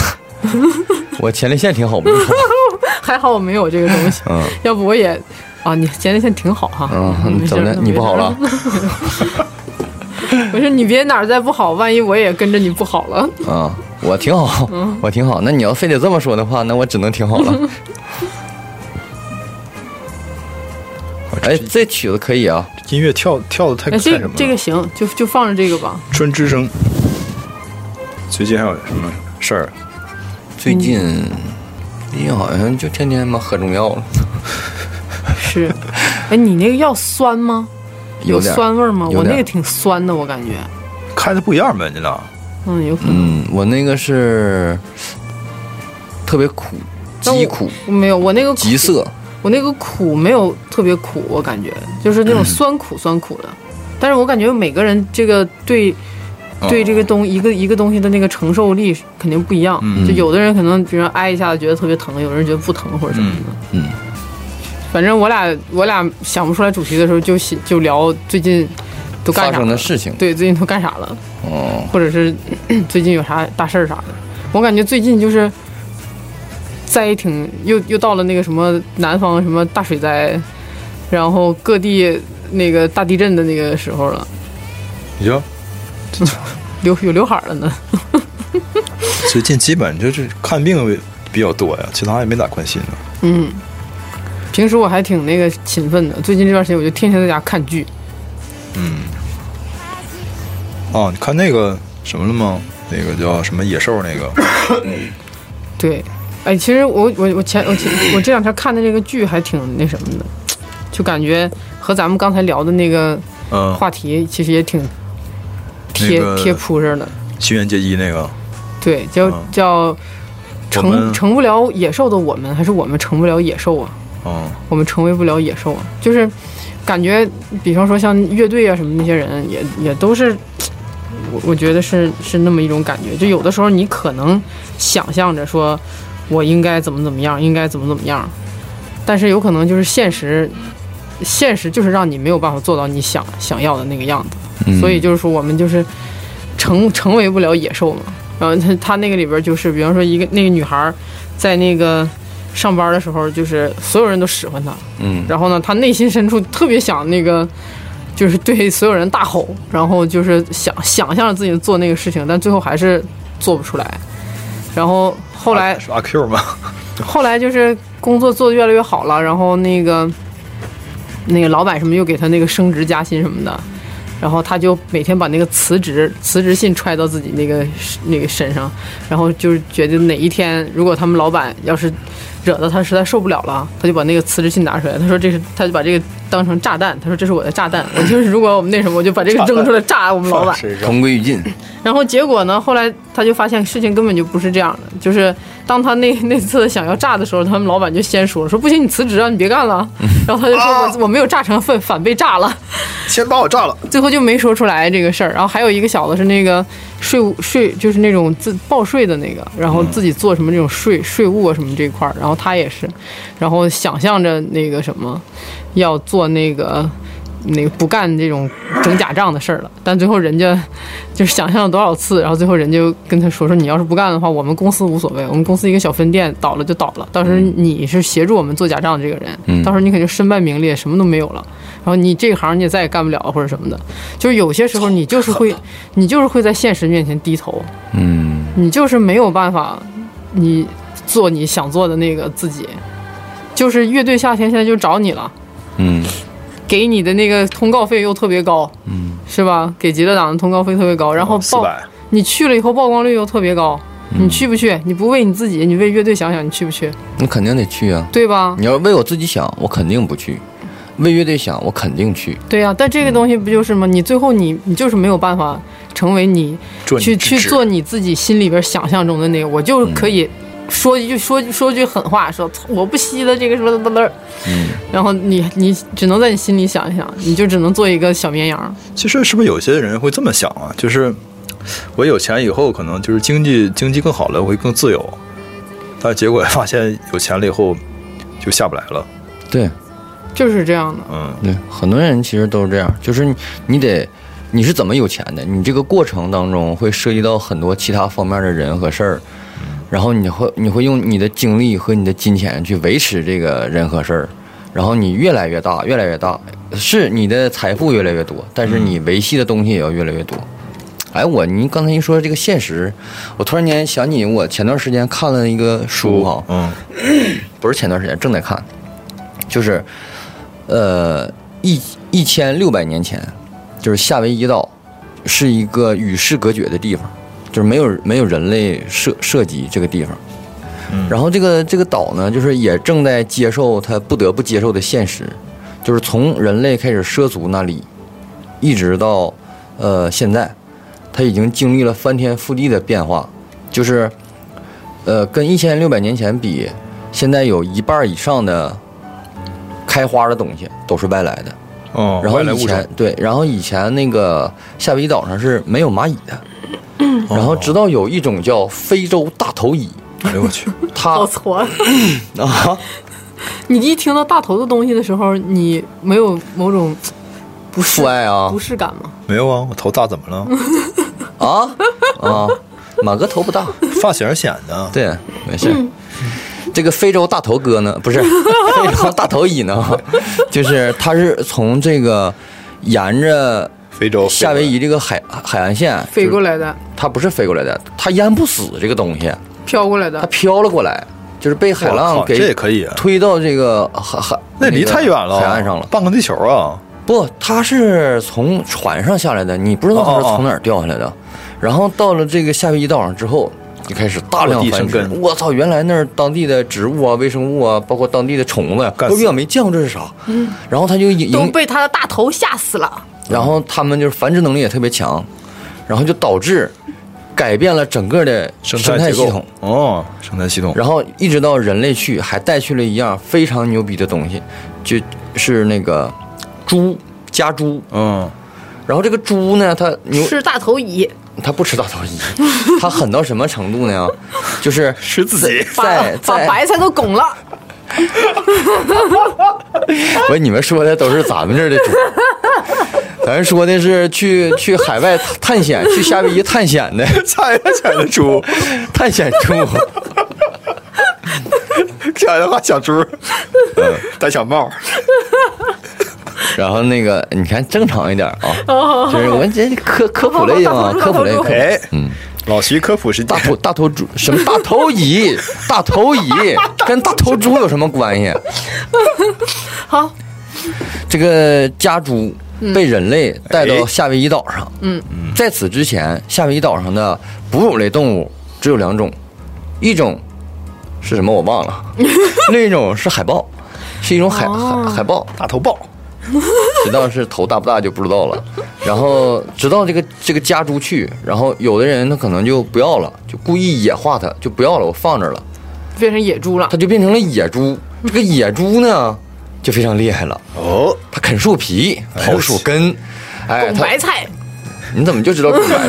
我前列腺挺好，不 是好，
还好我没有这个东西，
嗯
要不我也啊，你前列腺挺好哈。
嗯，
没事
怎么
儿
的？你不好了？？
没事儿 我说你别哪儿再不好，万一我也跟着你不好了。
啊，我挺好，
嗯
我挺好。那你要非得这么说的话，那我只能挺好了。 哎，这曲子可以啊，
音乐跳跳的太
那
太
这
什么
哎这
了
个行，就就放着这个吧。
春之声。最近还有什么事儿？
最近
嗯
最近好像就天天妈喝中药了，
是， 哎，你那个药酸吗？有
点儿
酸味儿吗？
有
我那
点儿
个挺酸的，我感觉。
开的不一样呗，你俩。
嗯，有可能。
嗯，我那个是特别苦，
但我
极苦，
没有，我那个苦
极涩。
我那个苦没有特别苦，我感觉就是那种酸苦酸苦的。但是我感觉每个人这个对
哦
对这个东一个一个东西的那个承受力是肯定不一样。
嗯
就有的人可能，比如说挨一下子觉得特别疼，有的人觉得不疼或者什么的。
嗯嗯
反正我俩我俩想不出来主题的时候就写，就聊最近都干
发
啥
生的
了，
事情，
对，最近都干啥了，
哦，
或者是嗯最近有啥大事儿啥的。我感觉最近就是灾挺又又到了那个什么南方什么大水灾，然后各地那个大地震的那个时候了，
你就
流有刘海儿了呢。
最近基本就是看病比较多呀，其他也没咋关心呢。
嗯，平时我还挺那个勤奋的，最近这段时间我就天天在家看剧。
啊，你看那个什么了吗？那个叫什么野兽那个？
对，哎，其实我我我前我前我这两天看的这个剧还挺那什么的，就感觉和咱们刚才聊的那个
嗯，
话题其实也挺贴、
那个
贴扑上的，
新垣结衣那个，
对，叫、
嗯
叫
我
成
们
成不了野兽的我们，还是我们成不了野兽啊？
嗯
我们成为不了野兽啊，就是感觉，比方说像乐队啊什么那些人，也也都是，我我觉得是是那么一种感觉。就有的时候你可能想象着说，我应该怎么怎么样，应该怎么怎么样，但是有可能就是现实，现实就是让你没有办法做到你想想要的那个样子。
嗯
所以就是说我们就是成成为不了野兽嘛。然后他他那个里边就是，比方说一个那个女孩儿在那个上班的时候，就是所有人都使唤她，
嗯
然后呢，她内心深处特别想那个。就是对所有人大吼，然后就是想想象着自己做那个事情，但最后还是做不出来。然后后来
是阿 Q 吗？
后来就是工作做得越来越好了，然后那个那个老板什么又给他那个升职加薪什么的，然后他就每天把那个辞职辞职信揣到自己那个那个身上，然后就是觉得哪一天如果他们老板要是惹得他实在受不了了，他就把那个辞职信拿出来，他说这是他就把这个当成炸弹，他说这是我的炸弹，我就是如果我们那什么，我就把这个扔出来炸我们老板。
是是
同归于尽。
然后结果呢？后来他就发现事情根本就不是这样的，就是当他那那次想要炸的时候，他们老板就先说说不行，你辞职啊，你别干了。然后他就说我、
啊
我没有炸成，反反被炸了。
先把我炸了，
最后就没说出来这个事儿。然后还有一个小子是那个税务税，就是那种自报税的那个，然后自己做什么这种税税务啊什么这一块儿，然后他也是，然后想象着那个什么要做那个。那个不干这种整假账的事儿了，但最后人家就是想象了多少次，然后最后人就跟他说说，你要是不干的话，我们公司无所谓，我们公司一个小分店倒了就倒了，到时候你是协助我们做假账的这个人，到时候你肯定身败名裂，什么都没有了，然后你这行你也再也干不了或者什么的，就是有些时候 你就是会，你就是会在现实面前低头，
嗯，
你就是没有办法，你做你想做的那个自己。就是乐队夏天现在就找你了，
嗯，
给你的那个通告费又特别高，嗯，是吧？给极乐党的通告费特别高，然后
四
曝、
百，
你去了以后曝光率又特别高，你去不去？你不为你自己，你为乐队想想，你去不去？
那肯定得去啊！
对吧？
你要为我自己想，我肯定不去；为乐队想，我肯定去。
对呀、但这个东西不就是吗？你最后你你就是没有办法成为你
做你
去
自己
去做你自己心里边想象中的那个，我就
嗯
可以说一句说说句狠话，说操我不稀的这个什么什么，
嗯
然后你你只能在你心里想一想，你就只能做一个小绵羊。
其实是不是有些人会这么想啊？就是我有钱以后，可能就是经济经济更好了，我会更自由，但结果发现有钱了以后就下不来了。
对
就是这样的，
嗯，
对，很多人其实都是这样，就是你你得你是怎么有钱的？你这个过程当中会涉及到很多其他方面的人和事儿，然后你会你会用你的精力和你的金钱去维持这个人和事儿，然后你越来越大，越来越大，是你的财富越来越多，但是你维系的东西也要越来越多。哎，我你刚才一说这个现实，我突然间想起我前段时间看了一个书哈，
嗯
不是前段时间正在看，就是，呃，一一千六百年前，就是夏威夷岛是一个与世隔绝的地方，就是没有没有人类涉涉及这个地方。然后这个这个岛呢，就是也正在接受它不得不接受的现实，就是从人类开始涉足那里，一直到呃现在，它已经经历了翻天覆地的变化，就是呃，跟一千六百年前比，现在有一半以上的开花的东西都是外来的。
哦，
然后
外来
以
物种
前对，然后以前那个夏威夷岛上是没有蚂蚁的，然
哦
后直到有一种叫非洲大头蚁，
哎呦我 去，
它
错！
啊，
你一听到大头的东西的时候，你没有某种
不摔啊
不适感吗？
没有啊，我头大怎么了？
啊啊，马哥头不大，
发型显啊的，
对，没事。这个非洲大头哥呢，不是非洲大头蚁呢，就是它是从这个沿着
非洲
夏威夷这个海海岸线
飞过，来的，
就是它不是飞过来的，它淹不死这个东西，
飘过来
它
的，
飘了过来，就是被海
我
浪
靠
给
这也可以啊
推到这个海海
那离
个
太远了，
海岸上了。
半个地球啊！
不，它是从船上下来的，你不知道它是从哪儿掉下来的。
哦
然后到了这个夏威夷岛上之后，就开始大量
落地
繁
生
殖。
根
我操，原来那儿当地的植物啊、微生物啊，包括当地的虫子呀，
干
都
死
比较没见过这是啥。然后它就
嗯都
影
被他的大头吓死了。
然后他们就是繁殖能力也特别强，然后就导致改变了整个的生态
态
系统。
哦，生态系统，
然后一直到人类去，还带去了一样非常牛逼的东西，就是那个猪家猪。
嗯，
然后这个猪呢，它牛
吃大头蚁，
它不吃大头蚁，它狠到什么程度呢？就是
吃自己
把
在
啊把
在
白菜都拱了，
不是你们说的都是咱们这儿的 猪，咱说的是去去海外探险，去夏威夷探险 的，
踩呀踩的猪，
探险 猪。
讲的话小猪，嗯， 戴小帽，
然后那个你看正常一点
哦
啊，就是我这科科普类的嘛，科普类，科普类
哎，嗯，老徐科普是
大头大头猪什么大头蚁，大头蚁 跟大头猪有什么关系？
好，
这个家猪被人类
哎
带到夏威夷岛上。嗯，在此之前，夏威夷岛上的哺乳类动物只有两种，一种是什么我忘了，另一种是海豹，是一种海、海海豹，
大头豹，
知道是头大不大就不知道了。然后直到这个这个家猪去，然后有的人他可能就不要了，就故意野化它，就不要了，我放这儿了。
变成野猪了
它。就变成了野猪。这个野猪呢，就非常厉害了，
哦，
它啃树皮、刨树根，哎，
拱
它
白 菜，
你怎么就知道拱白菜？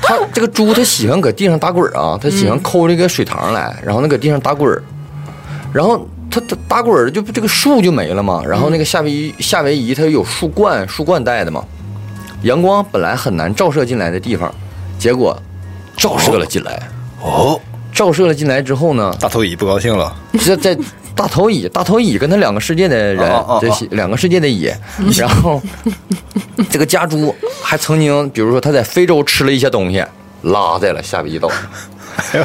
它这个猪它喜欢搁地上打滚儿啊，它喜欢抠这个水塘来，然后它搁地上打滚儿，然后它它打滚儿就这个树就没了嘛，然后那个夏威夷夏威夷它有树冠树冠带的嘛，阳光本来很难照射进来的地方，结果照射了进来，
哦，
照射了进来之后呢，
大头蚁不高兴了，
这在大头蚁，大头蚁跟他两个世界的人
哦哦哦，
这些两个世界的蚁，然后这个家猪还曾经，比如说他在非洲吃了一些东西，拉在了夏威夷岛，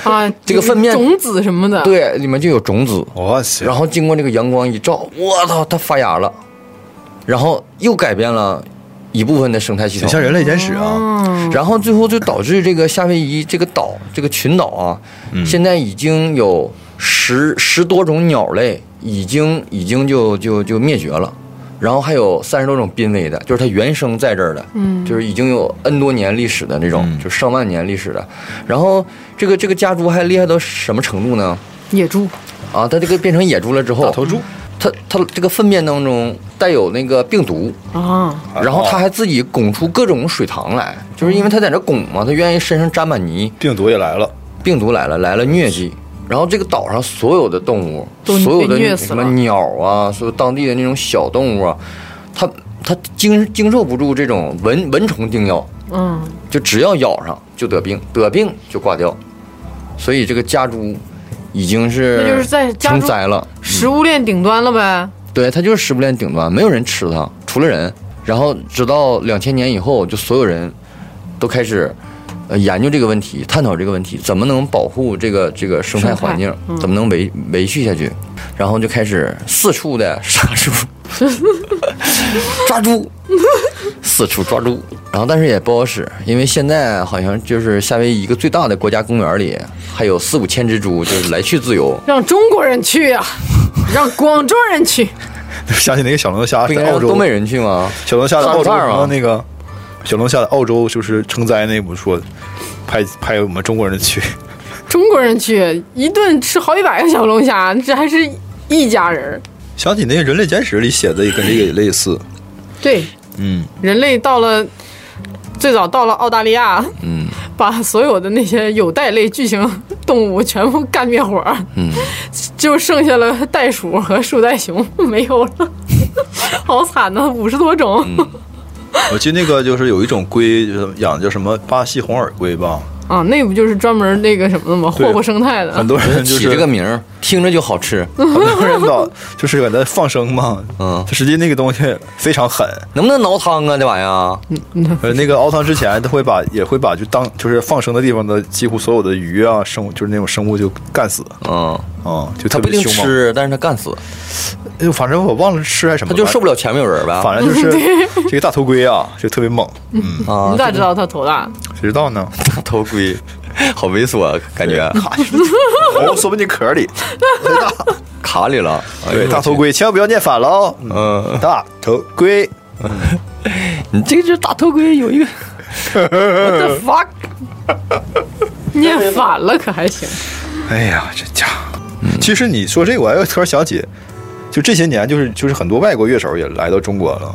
啊，
这个粪便
种子什么的，，
对，里面就有种子，
我去
然，后经过这个阳光一照，我操，它发芽了，然后又改变了一部分的生态系
挺
统，
像人类简史
哦
啊，
嗯
然后最后就导致这个夏威夷这个岛这个群岛啊，
嗯
现在已经有十十多种鸟类已经已经就就就灭绝了，然后还有三十多种濒危的，就是它原生在这儿的，嗯，就是已经有 N 多年历史的那
嗯
种，就上万年历史的。然后这个这个家猪还厉害到什么程度呢？
野猪，
啊，它这个变成野猪了之后，
大头猪，
它它这个粪便当中带有那个病毒，
啊，
然后他还自己拱出各种水塘来，就是因为他在那拱嘛，他愿意身上沾满泥，
病毒也来了，
病毒来了，来了疟疾。然后这个岛上所有的动物，
都
所有
被虐
的
死
什么
了
鸟啊，所有当地的那种小动物啊，它它经经受不住这种蚊蚊虫叮咬，
嗯，
就只要咬上就得病，得病就挂掉。所以这个家猪已经是
那就是在家
成
猪
灾了。嗯
食物链顶端了呗。
对，它就是食物链顶端，没有人吃它，除了人。然后直到两千年以后，就所有人都开始呃研究这个问题，探讨这个问题，怎么能保护这个这个生态环境
生，态嗯
怎么能维维续下去？然后就开始四处的杀 猪，抓猪，四处抓猪。然后但是也不好使，因为现在好像就是夏威夷一个最大的国家公园里，还有四五千只猪，就是来去自由。
让中国人去 呀、让广州人去，
想起那个小龙虾
不应该
在澳
让
洲
东北人去吗？
小龙虾在澳洲
上这儿啊
然
吗
后那个小龙虾在澳洲就是成灾那不说，派派我们中国人去，
中国人去，一顿吃好几百个小龙虾，这还是一家人儿。
想起那个《人类简史》里写的也跟这个也类似，
对，
嗯，
人类到了最早到了澳大利亚，
嗯，
把所有的那些有袋类巨型动物全部干灭火，
嗯。
就剩下了袋鼠和树袋熊没有了， 好惨呐、五十多种、
嗯
我记得那个就是有一种龟就是养的叫什么巴西红耳龟吧，
啊！那不就是专门那个什么的吗？
对
霍霍生态的啊
很，多人就
起
是
这个名儿听着就好吃，
很多人老 就是搁那放生嘛，
嗯
实际那个东西非常狠，
能不能熬汤啊？这玩意儿，
呃，那个熬汤之前，他会把也会把就当就是放生的地方的几乎所有的鱼啊生物，就是那种生物就干死
嗯，
啊、就特
他不一
别
定
凶猛。
吃，但是他干死，
哎呦反正我忘了吃还是什么
他
的，
就受不了前面有人呗。
反正就是 这个大头龟啊，就特别猛。嗯，
啊
你，咋知道它头大？
谁知道 呢？
头盔，好猥琐啊，感觉
卡，哦说不定壳里。
卡里了。哎
嗯
呦
对，大头，龟千万不要念反了哦。嗯，
嗯，
大头龟，
你这个就是大头盔 有一个，what the fuck？
念反了可还行？
哎呀，这家伙！
嗯
其实你说这个，我还突然想起，就这些年，就是就是很多外国乐手也来到中国了。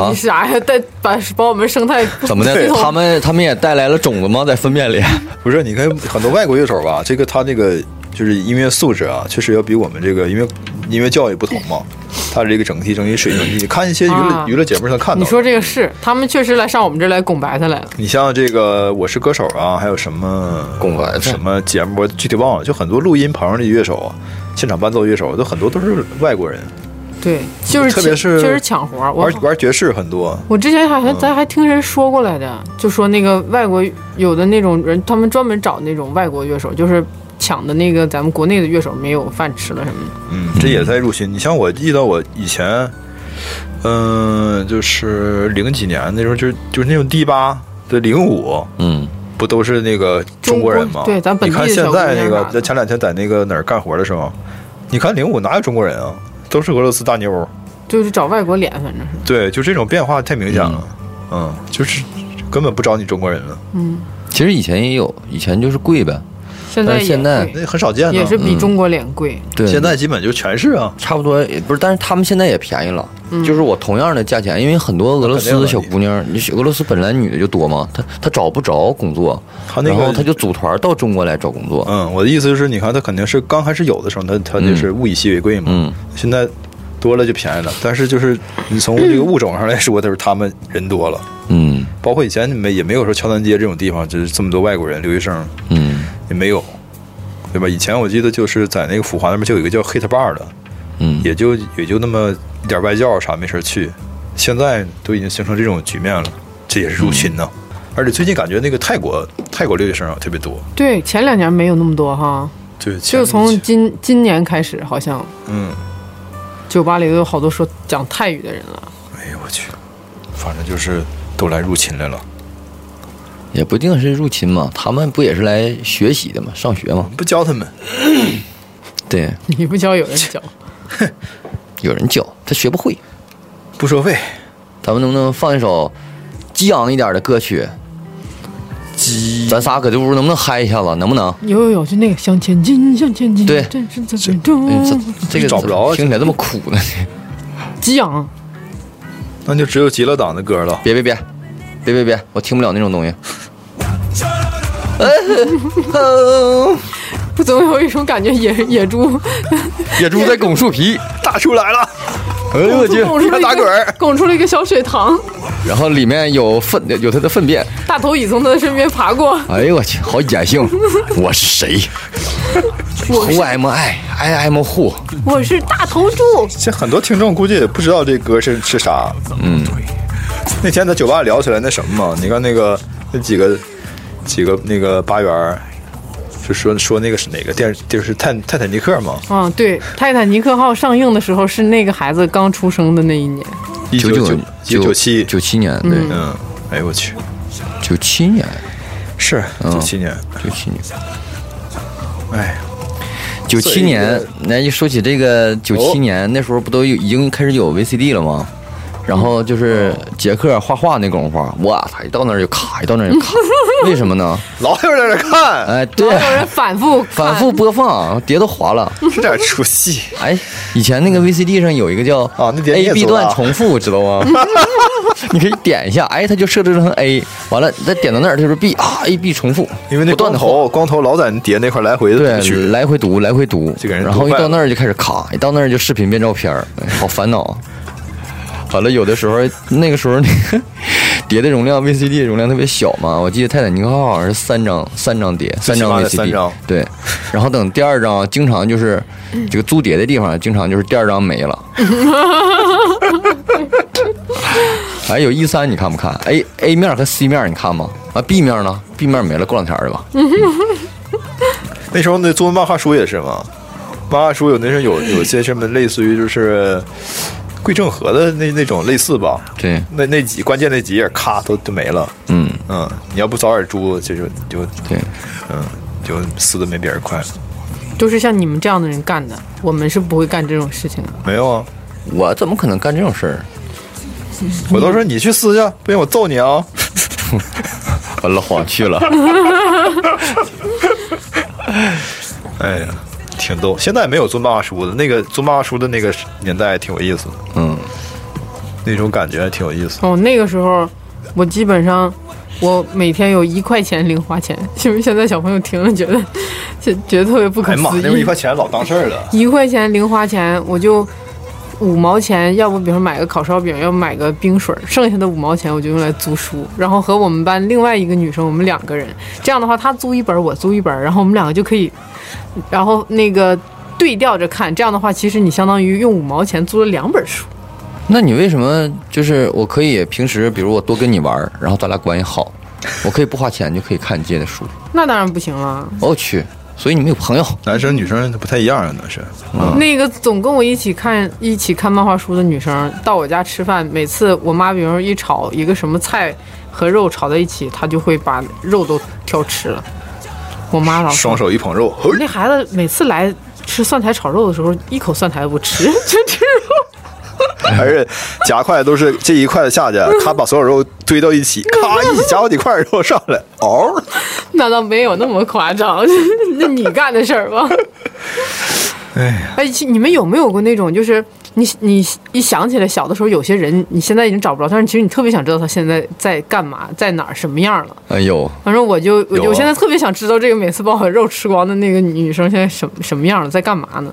啊
你啥呀？带把把我们生态
怎么的？
系统
他们他们也带来了种子吗？在分 辨里，
不是，你看很多外国乐手吧，这个他那个就是音乐素质啊，确实要比我们这个，因为音乐教育不同 嘛，他这个整体整体水平，你看一些娱乐、
啊
娱乐节目上看到的，
你说这个是他们确实来上我们这儿来拱白菜来了，
你像这个《我是歌手》啊，还有什么
拱白
嗯
菜
什么节目，我具体忘了，就很多录音棚的乐手啊，现场伴奏乐手，都很多都是外国人，
对，就是
特别
抢
是
确实抢活儿。我
玩玩爵士很多。
我之前
嗯
好像咱还听人说过来的，就说那个外国有的那种人，他们专门找那种外国乐手，就是抢的那个咱们国内的乐手没有饭吃了什么的。
嗯，这也在入侵。你像我遇到我以前，嗯、就是零几年那时候就，就是那种迪吧的零五，
嗯，
不都是那个中国人吗？
中国对咱本地
你
的
看现在那
小姑娘
个
啥，的
在前两天在那个哪儿干活的时候，你看零五哪有中国人啊？都是俄罗斯大妞儿。
就是找外国脸，反正是
对，就这种变化太明显了。嗯，就是根本不找你中国人了，
其实以前也有，以前就是贵呗，
现在
但是
也
现在
贵
那很少见呢。啊
也是比中国脸贵。
对，
嗯现在基本就全是啊。
差不多也不是，但是他们现在也便宜了，
嗯
就是我同样的价钱，因为很多俄罗斯的小姑娘，你俄罗斯本来女的就多嘛，她她找不着工作，
她那个
然后她就组团到中国来找工作，
嗯，我的意思是，你看他肯定是刚开始有的时候，他他就是物以稀为贵嘛。
嗯
现在多了就便宜了，但是就是你从这个物种上来说，就是他们人多了，
嗯
包括以前没也没有说乔丹街这种地方，就是这么多外国人留学生
嗯
也没有，对吧？以前我记得就是在那个抚华那边就有一个叫 Hit Bar 的，
嗯，
也就也就那么一点外教啥没事儿去，现在都已经形成这种局面了，这也是入侵呐、
嗯
而且最近感觉那个泰国泰国留学生啊特别多，
对，前两年没有那么多哈，
对，前
就从今今年开始，好像
嗯，
酒吧里都有好多说讲泰语的人了。
哎呦我去，反正就是都来入侵来了。
也不一定是入侵嘛，他们不也是来学习的嘛，上学嘛，
不教他们，
对，
你不教有人教，
有人教他学不会，
不收费，
咱们能不能放一首激昂一点的歌曲？
鸡
咱仨搁这屋能不能嗨一下子？能不能？
有有有，就那个向前进，向前进，
对
战胜自重
哎，这这
嗯
个
找不着啊
听起来这么苦呢？
激昂，
那就只有极乐党的歌了。
别别别，别别别，我听不了那种东西。 哎
不总有一种感觉野野猪
野猪在拱树皮，
大叔来了，
哎呦我去！
拱出了一
打滚
个
儿
拱出了一个小水塘，
然后里面有粪，有它的粪便。
大头蚁从他的身边爬过，
哎呦我去，好野性！我是谁？Who am I? I am who？
我是大头猪，
这很多听众估计也不知道这歌是是啥。嗯，那天在酒吧聊起来那什么嘛，你看那个那几个几个那个八元儿，就说说那个是哪个电视就是泰泰坦尼克嘛，
啊，对，《泰坦尼克号》上映的时候是那个孩子刚出生的那一年，
一九九九九七，
九七年，对，
嗯，哎呦我去，
九七年，
是嗯九七年，
九七年，
哎，
九七年。那一说起这个九七
哦
年，那时候不都有已经开始有 VCD 了吗？然后就是杰克画画那功夫，啊哇塞，一到那儿就卡，一到 那儿就卡，为什么呢？
老有人在这看，
哎，对，
有人反复看
反复播放，碟都划了。
有点出戏。
哎，以前那个 VCD 上有一个叫
啊那点你
A
也
B
做啊
段重复，知道 吗？你可以点一下，哎，它就设置成 A，完了你再点到那儿，它就是 B 啊，A B 重复，
因为那
不断
光
的
头，光头老在那碟那块来回的
对
读取，
来回读，来回读，
这个人
然后
读
一
坏
到
了
那儿就开始卡，一到那儿就视频变照片儿，哎好烦恼。完了，有的时候那个时 候那个碟的容量，VCD 的容量特别小嘛。我记得《泰坦尼克号》好像是三张，三张碟，三张
最
VCD，
起码得三张
对。然后等第二张，经常就是这个租碟的地方，经常就是第二张没了。 哎，有 E 三你看不看？A A 面和 C 面你看吗？啊，B 面呢？B 面没了，过两天 儿的吧。
那时候那中文漫画书也是嘛，漫画书有那时候有有些什么类似于就是桂正和的那那种类似吧，
对，
那那集关键那集也咔都都没了。
嗯，
嗯，你要不早点租，这就就
对，
嗯就撕的没别人快。
都是像你们这样的人干的，我们是不会干这种事情的。
没有啊，
我怎么可能干这种事儿？
我都说你去撕去，不行我揍你啊！
完了谎去了，
哎呀，挺逗。现在没有尊爸叔的那个尊爸叔的那个年代挺有意思的，
嗯，
那种感觉挺有意思。
哦，那个时候我基本上我每天有一块钱零花钱，是不是现在小朋友听了觉得觉觉得特别不可
哎呀妈，
思
那时候
议？
一块钱老当事儿了。
一块钱零花钱，我就五毛钱，要不比如说买个烤烧饼，要不买个冰水儿，剩下的五毛钱我就用来租书，然后和我们班另外一个女生，我们两个人，这样的话她租一本儿，我租一本儿，然后我们两个就可以，然后那个对调着看，这样的话其实你相当于用五毛钱租了两本书。
那你为什么就是我可以平时比如我多跟你玩儿，然后咱俩关系好，我可以不花钱就可以看你借的书，
那当然不行了，
我哦去，所以你没有朋友，
男生女生不太一样啊，那是。
那个总跟我一起看一起看漫画书的女生到我家吃饭，每次我妈比如说一炒一个什么菜和肉炒在一起，她就会把肉都挑吃了。我妈老说
双手一捧肉，嘿
那孩子每次来吃蒜苔炒肉的时候，一口蒜苔都不吃，就吃肉。
而且夹块都是这一块的下去，他把所有肉堆到一起，咔一夹好几块肉上来，嗷！
那倒没有那么夸张， 那你干的事儿吧。哎，其你们有没有过那种，就是你你一想起来小的时候，有些人你现在已经找不着，但是其实你特别想知道他现在在干嘛，在哪儿，什么样了。
哎呦，
反正我就我
有啊
我现在特别想知道这个每次把我肉吃光的那个女生现在什么什么样了，在干嘛呢？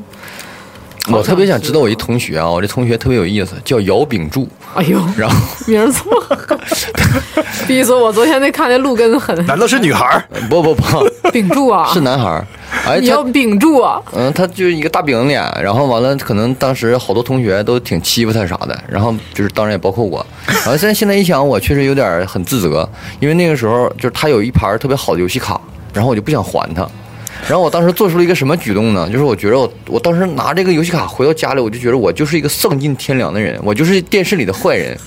我特别想知道我一同学啊，我这同学特别有意思，叫姚秉柱，
哎呦，
然后
名儿错了，逼死我！昨天那看那路根很
难道是女孩儿？
不不不
屏住啊，
是男孩儿，哎，
你要
他
屏住啊！
嗯，他就是一个大饼脸，然后完了，可能当时好多同学都挺欺负他啥的，然后就是当然也包括我，然后现在现在一想，我确实有点很自责，因为那个时候就是他有一盘特别好的游戏卡，然后我就不想还他。然后我当时做出了一个什么举动呢？就是我觉得我我当时拿这个游戏卡回到家里，我就觉得我就是一个丧尽天良的人，我就是电视里的坏人。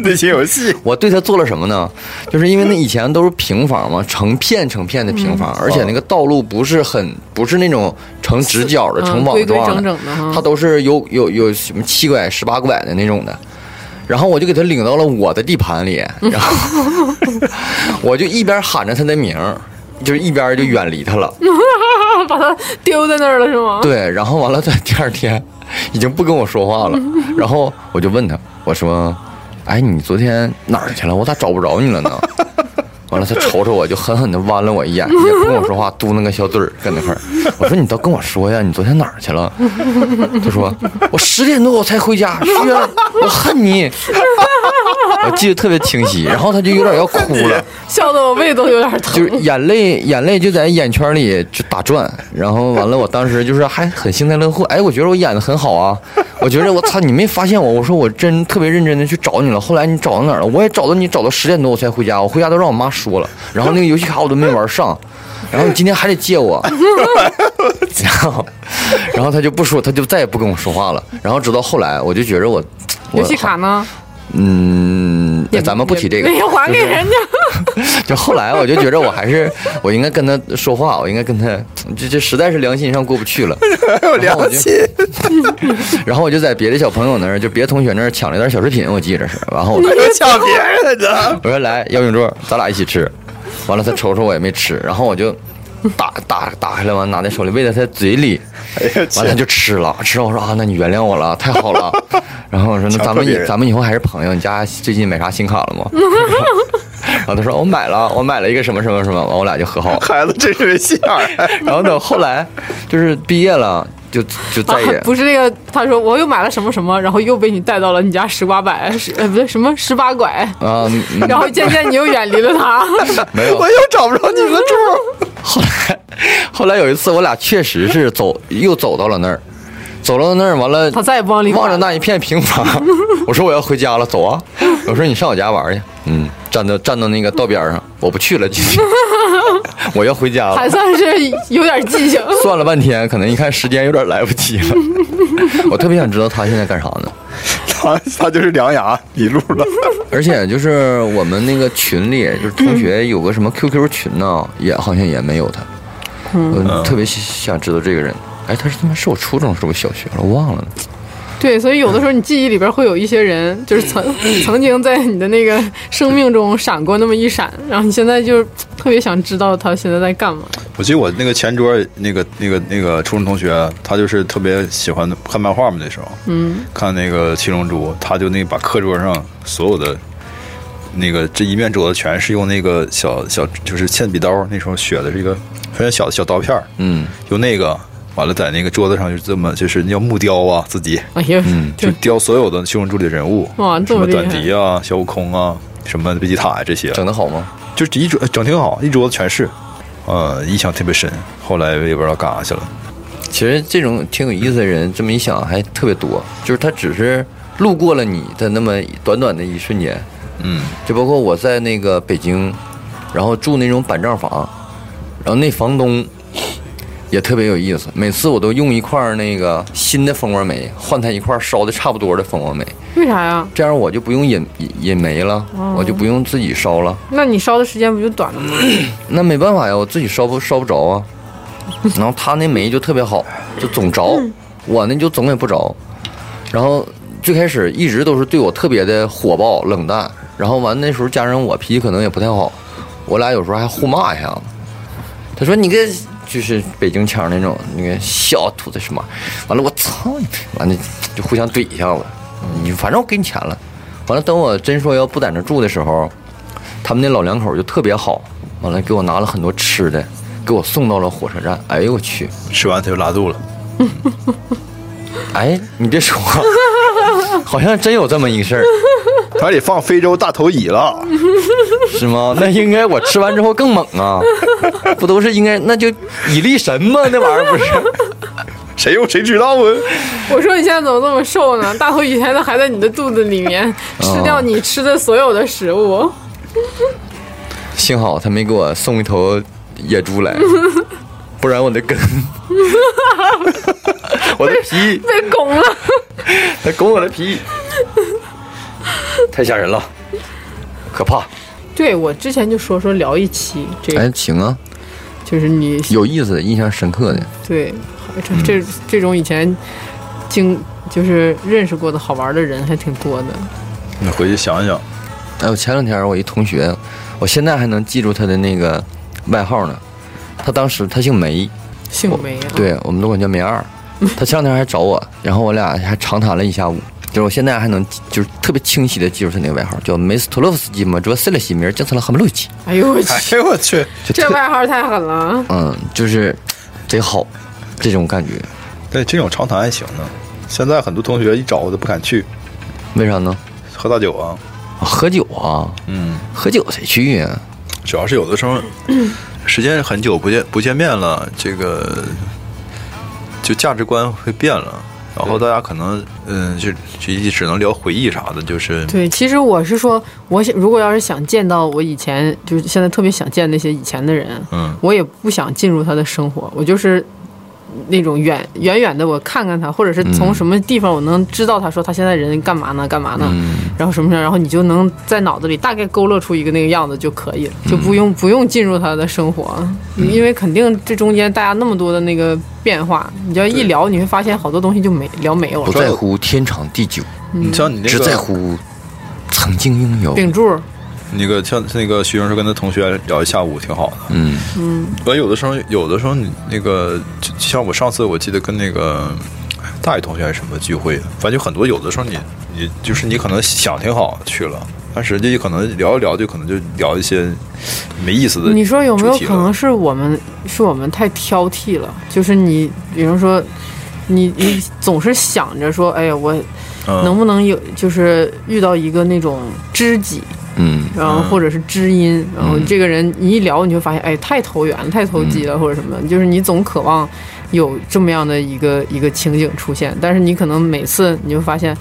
那些游戏
我对他做了什么呢？就是因为那以前都是平房嘛，成片成片的平
嗯
房，而且那个道路不是很不是那种成直角的、
嗯
成网
规规
状
整整的哈
它都是有有有什么七拐、十八拐的那种的。然后我就给他领到了我的地 盘里，然后 我就一边喊着他的名儿，就是一边就远离他了。
把它丢在那儿了是吗？
对，然后完了，在第二天已经不跟我说话了。然后我就问他，我说：“哎，你昨天哪儿去了？我咋找不着你了呢？” 完了，他瞅瞅我就狠狠地剜了我一眼，也不跟我说话，嘟囔个小嘴儿跟那块儿。我说：“你倒跟我说呀，你昨天哪儿去了？” 他说：“我十点多我才回家，虽然我恨你。” 我记得特别清晰，然后他就有点要哭了。
笑得我胃都有点疼。
就是眼泪，眼泪就在眼圈里就打转，然后完了，我当时就是还很幸灾乐祸，哎，我觉得我演的很好啊，我觉得我操，你没发现我，我说我真特别认真的去找你了，后来你找到哪儿了？我也找到你，找到十点多我才回家，我回家都让我妈说了，然后那个游戏卡我都没玩上，然后你今天还得借 我，然后，然后他就不说，他就再也不跟我说话了，然后直到后来，我就觉着我，我
游戏卡呢？
嗯，那咱们不提这个，
也也还给人家。
就后来我就觉着我还是我应该跟他说话，我应该跟他，这这实在是良心上过不去了。
还有哎良心，
哦然后我就在别的小朋友那儿，就别的同学那儿抢了点小食品，我记着是。然后我说
还抢别人的。
我说来姚永柱，咱俩一起吃。完了他瞅瞅我也没吃，然后我就打打打开来完拿在手里喂在他嘴里，
哎
完了他就吃了，吃了我说啊，那你原谅我了，太好了。 然后我说那咱
强迫
们
别
以
人
咱们以后还是朋友，你家最近买啥新卡了吗？ 然后他说我买了，我买了一个什么什么什么，完我俩就和好了。
孩子真是没心眼儿，
然后等后来就是毕业了，就就再也、
啊不是那个，他说我又买了什么什么，然后又被你带到了你家十八百，十呃不对什么十八拐，
啊、嗯嗯
然后渐渐你又远离了 他。
没有
我。又找不着你们的住。
后来后来有一次，我俩确实是走又走到了那儿，走到那儿完了，
他再也不往里
望着那一片平房， 我说我要回家了，走啊！我说你上我家玩去，嗯，站到站到那个道边上，我不去了，今天我要回家了。
还算是有点记性。
算了半天，可能一看时间有点来不及了， 我特别想知道他现在干啥呢。
他他就是梁牙迷路了，
而且就是我们那个群里，就是同学有个什么 QQ 群呢，也好像也没有他。呃嗯，特别想知道这个人。哎，他是他妈是我初中，是我小学了，我忘了呢。
对，所以有的时候你记忆里边会有一些人，就是曾
嗯
曾经在你的那个生命中闪过那么一闪，然后你现在就是特别想知道他现在在干嘛。
我记得我那个前桌那个那个那个初中同学，他就是特别喜欢看漫画嘛，那时候，嗯，看那个《七龙珠》，他就那把课桌上所有的那个这一面桌子全是用那个小小就是铅笔刀，那时候学的是一个非常小的小刀片儿，
嗯，
用那个完了在那个桌子上就这么就是要木雕啊自己，
哎呀，
就
嗯
就
嗯雕所有的《七龙珠》里的人物，
哇
什
这
么
么厉害
短笛啊、小悟空啊、什么贝吉塔呀、这些，
整的好吗？
就一桌呃整挺好，一桌子全是，呃，印象特别深。后来也不知道干啥去了。
其实这种挺有意思的人，这么一想还特别多，就是他只是路过了你的那么短短的一瞬间，
嗯，
就包括我在那个北京，然后住那种板账房，然后那房东也特别有意思，每次我都用一块儿那个新的蜂窝煤换他一块儿烧的差不多的蜂窝煤，
为啥呀？
这样我就不用引引引煤了，我就不用自己烧了。
那你烧的时间不就短了吗？
那没办法呀，我自己烧不烧不着啊。然后他那煤就特别好，就总着，我那就总也不着。然后最开始一直都是对我特别的火爆冷淡，然后完那时候加上我脾气可能也不太好，我俩有时候还互骂一下子。他说你个就是北京腔那种，那个小兔子什么，完了我操你，完了就互相怼一下子。你反正我给你钱了，完了等我真说要不在那住的时候，他们那老两口就特别好，完了给我拿了很多吃的，给我送到了火车站。哎呦我去！
吃完他就拉肚了。
哎，你别说，好像真有这么一事儿，
他得放非洲大头蚁了，
是吗？那应该我吃完之后更猛啊！ 不都是应该那就以力神吗？那玩意儿不是？
谁用谁知道啊？
我说你现在怎么这么瘦呢？大头以前都还在你的肚子里面
哦
吃掉你吃的所有的食物。
幸好他没给我送一头野猪来，不然我的根，我的皮，
被拱了，
他拱我的皮，太吓人了，可怕。
对我之前就说说聊一期这个，
哎，行啊。
就是你
有嗯意思、印象深刻的。
对，这这这种以前经就是认识过的好玩的人还挺多的。
你回去想想，
哎，我前两天我一同学，我现在还能记住他的那个外号呢。他当时他姓梅，
姓梅啊，，
对我们都管叫梅二。他前两天还找我，然后我俩还长谈了一下午。就是我现在还能记就是特别清晰的记住他那个外号，叫梅斯托洛夫斯基嘛，主要塞勒西米尔江特拉哈姆洛奇。
哎呦我去，
哎呦我去，
就
这
特
外号太狠了。啊
嗯，就是贼好，这种感觉。
对这种哎长谈还行呢。现在很多同学一找我都不敢去
为啥呢？
喝大酒啊，
喝酒啊，
嗯，
喝酒谁去啊呀、
主要是有的时候时间很久不见不见面了，这个就价值观会变了，然后大家可能嗯就就一只能聊回忆啥的，就是
对，其实我是说，我想如果要是想见到我以前，就是现在特别想见那些以前的人，啊
嗯
我也不想进入他的生活，我就是那种远远远的我看看他，或者是从什么地方我能知道他说他现在人干嘛呢，干嘛呢，
嗯
然后什么样，然后你就能在脑子里大概勾勒出一个那个样子就可以了，
嗯
就不用、不用进入他的生活，因为肯定这中间大家那么多的那个变化，你要一聊，你会发现好多东西就没聊没有
不
了，
在乎天长地久，
你像哦你那个
只在乎曾经拥有。
顶住。
那个像那个徐生是跟他同学聊一下午，挺好的。
嗯，
我有的时候，有的时候你那个，就就像我上次我记得跟那个哎大学同学还是什么聚会，反正就很多。有的时候你你就是你可能想挺好去了，但实际可能聊一聊就可能就聊一些没意思的。
你说有没有可能？是我们是我们太挑剔了？就是你，比如说，你你总是想着说，哎呀，我能
嗯，
不能有，就是遇到一个那种知己，
嗯，
然后
嗯
或者是知音，然后这个人你一聊，你就发现，哎，太投缘了，太投
嗯
机了，或者什么，就是你总渴望有这么样的一个一个情景出现，但是你可能每次你就发现。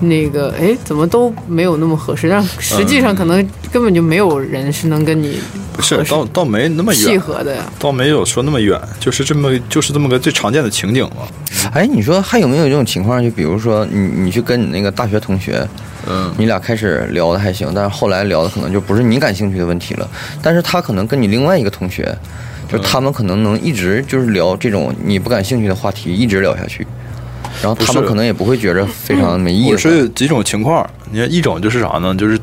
那个哎，怎么都没有那么合适，但实际
嗯
上可能根本就没有人是能跟你
不是
合，适
倒倒没那么
契
远，
合的呀。
倒没有说那么远，就是这么就是这么个最常见的情景嘛。
哎，你说还有没有这种情况？就比如说你，你去跟你那个大学同学，
嗯，
你俩开始聊的还行，但是后来聊的可能就不是你感兴趣的问题了，但是他可能跟你另外一个同学，就是他们可能能一直就是聊这种你不感兴趣的话题，一直聊下去。然后他
不
们
是
可能也不会觉着非常没意
我
思。
是几种情况，你看一种就是啥呢？就是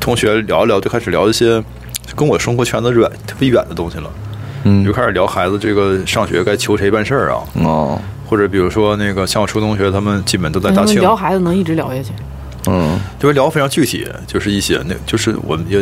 同学聊一聊，就开始聊一些跟我生活圈子远特别远的东西了，就
嗯，
开始聊孩子这个上学该求谁办事儿啊，
哦，
或者比如说那个像我初中同学，他们基本都在
但他
大
们
庆，
聊孩子嗯能一直聊下去，
嗯，
就是聊非常具体，就是一些那就是我们也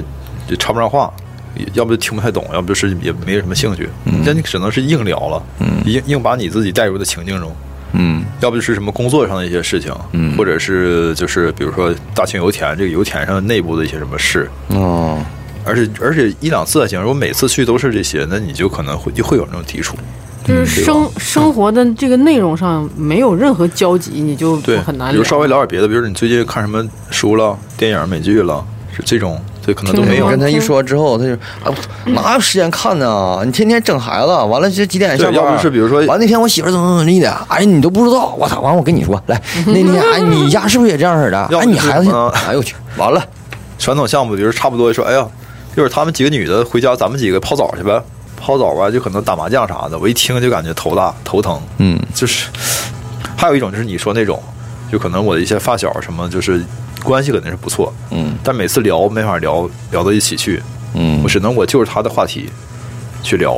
也插不上话，也要不就听不太懂，要不就是也没什么兴趣，
嗯
那、你只能是硬聊了，硬硬把你自己带入的情境中。
嗯，
要不就是什么工作上的一些事情，嗯，或者是就是比如说大庆油田这个油田上内部的一些什么事，
哦，
而且而且一两次还行，如果每次去都是这些，那你就可能会就会有那种抵触。
就是生生活的这个内容上没有任何交集，你就
对，
很难
比
聊
如。稍微聊点别的，比如说你最近看什么书了、电影、美剧了，是这种，对，可能都
听
没
着
有
吗。
跟他一说之后，他就啊，哪有时间看呢？你天天整孩子，完了这几点下班？啊
对要不是比如说
完那天我媳妇儿怎么怎么地的，哎，你都不知道，我操！完了我跟你说，来那天哎，你家是不是也这样式 的？
要
哎，
不
你
就是
孩子
嗯，
哎呦我去，完了，
传统项目，比如差不多说，哎呀，一会儿他们几个女的回家，咱们几个泡澡去呗，泡澡吧，就可能打麻将啥的。我一听就感觉头大头疼，
嗯，
就是还有一种就是你说那种，就可能我的一些发小什么，就是关系肯定是不错，
嗯
但每次聊没法聊聊到一起去，
嗯
我只能我就是他的话题去聊，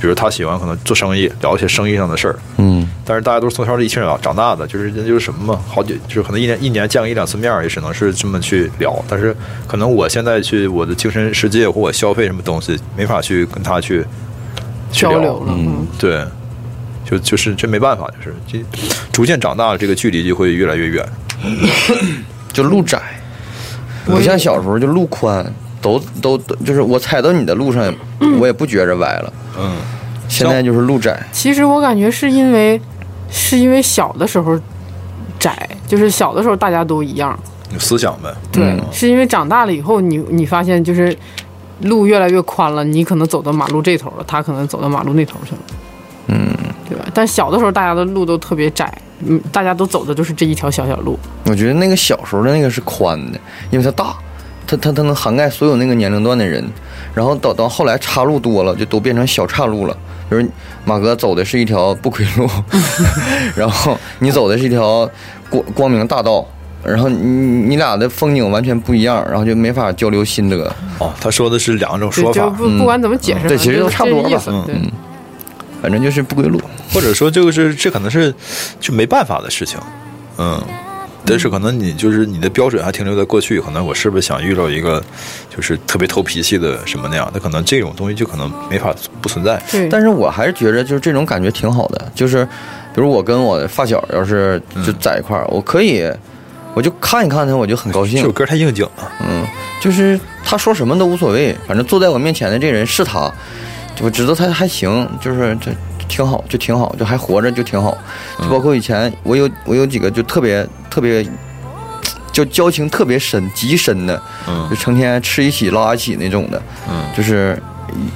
比如他喜欢可能做生意，聊一些生意上的事儿，
嗯
但是大家都是从小一起长长大的，就是那就是什么嘛，好几就是可能一年一年见个一两次面儿，也只能是这么去聊。但是可能我现在去我的精神世界或我消费什么东西，没法去跟他去去
交
聊
流了，嗯，
对，就就是这没办法，就是这逐渐长大，这个距离就会越来越远。
就路窄，不像小时候就路宽，都都都就是我踩到你的路上，我也不觉着歪了。
嗯，
现在就是路窄，
其实我感觉是因为是因为小的时候窄，就是小的时候大家都一样，
有思想呗。
对，
嗯
是因为长大了以后，你你发现就是路越来越宽了，你可能走到马路这头了，他可能走到马路那头去了，嗯，对吧？但小的时候大家的路都特别窄，嗯，大家都走的就是这一条小小路，
我觉得那个小时候的那个是宽的，因为它大，它它它能涵盖所有那个年龄段的人。然后到到后来岔路多了，就都变成小岔路了。比如马哥走的是一条不归路， 然后你走的是一条光光明大道，然后你你俩的风景完全不一样，然后就没法交流心得。
哦，他说的是两种
就
说
就
法，
不不管怎么解释，
对其实
就
都
是
差不多
这意
吧
思
嗯
对。
反正就是不归路。
或者说这个是这可能是就没办法的事情。嗯。但是可能你就是你的标准还停留在过去，可能我是不是想遇到一个就是特别投脾气的什么那样？那可能这种东西就可能没法不存在。
对，
但是我还是觉着就是这种感觉挺好的，就是比如我跟我发小要是就在一块儿，我可以。我就看一看他，我就很高
这
兴
首。歌太应景了，
嗯，就是他说什么都无所谓，反正坐在我面前的这人是他，我知道他还行，就是这挺好，就挺好，就还活着就挺好。就包括以
嗯
前我有我有几个就特别特别，就交情特别深极深的，
嗯
就成天吃一起拉一起那种的，
嗯
就是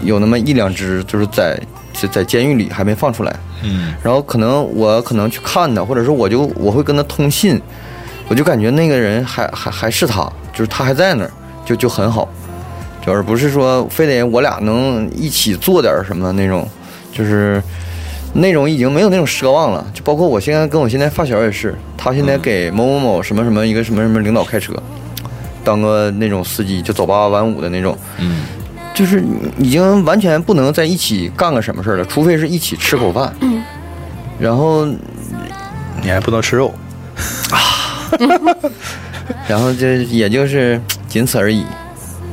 有那么一两只就是在在在监狱里还没放出来，
嗯
然后可能我可能去看他，或者说我就我会跟他通信，我就感觉那个人还还还是他，就是他还在那儿，就就很好，就而不是说非得我俩能一起做点什么那种，就是那种已经没有那种奢望了。就包括我现在跟我现在发小也是，他现在给某某某什么什么一个什么什么领导开车，当个那种司机，就早八晚五的那种，
嗯，
就是已经完全不能在一起干个什么事儿了，除非是一起吃口饭。然后，
你还不能吃肉，
然后这也就是仅此而已，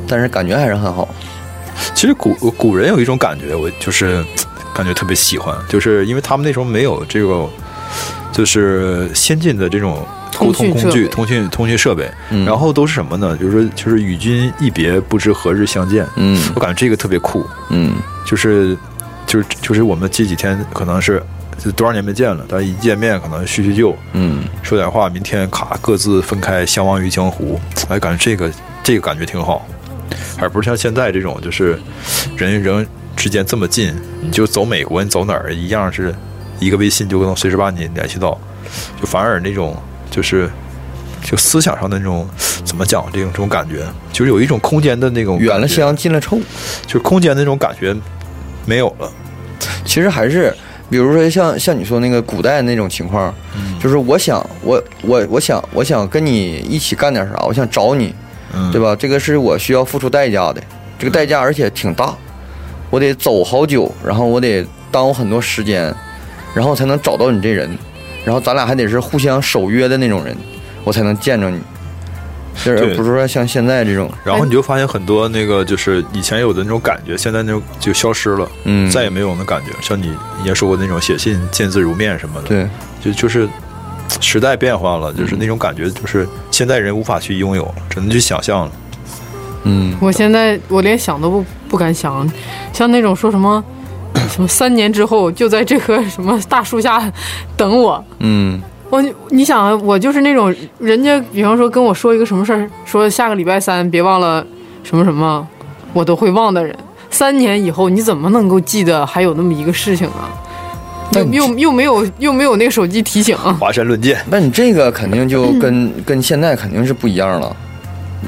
但是感觉还是很好。
其实古古人有一种感觉，我就是感觉特别喜欢，就是因为他们那时候没有这个，就是先进的这种沟通工具、通讯通讯设备，
嗯
然后都是什么呢？就是说，就是与君一别，不知何日相见。
嗯
我感觉这个特别酷，
嗯
就是就是就是我们这几天可能是就多少年没见了，但一见面可能叙叙旧，
嗯，
说点话，明天卡各自分开，相忘于江湖。哎，感觉这个这个感觉挺好，而不是像现在这种，就是人与人之间这么近，你就走美国，你走哪儿一样是一个微信就能随时把你联系到，就反而那种就是就思想上的那种怎么讲这种这种感觉，就是有一种空间的那种感觉
远了，香，近了臭。
就是空间的那种感觉没有了。
其实还是比如说像像你说那个古代那种情况，就是我想我我我想我想跟你一起干点啥，我想找你，
嗯
对吧？这个是我需要付出代价的，这个代价而且挺大，我得走好久，然后我得耽误很多时间，然后才能找到你这人，然后咱俩还得是互相守约的那种人，我才能见着你，就是
对
不是说像现在这种，
然后你就发现很多那个就是以前有的那种感觉，现在那种就消失了，
嗯
再也没有那感觉。像你以前说过那种写信见字如面什么的，
对，
就就是时代变化了，就是那种感觉，就是现代人无法去拥有了，只能去想象了。
嗯，
我现在我连想都不不敢想，像那种说什么什么三年之后就在这棵什么大树下等我，
嗯
我你想啊，我就是那种人家，比方说跟我说一个什么事儿，说下个礼拜三别忘了什么什么，我都会忘的人。三年以后你怎么能够记得还有那么一个事情啊？又
但你
又又没有又没有那个手机提醒，啊
华山论剑，
那你这个肯定就跟、跟现在肯定是不一样了，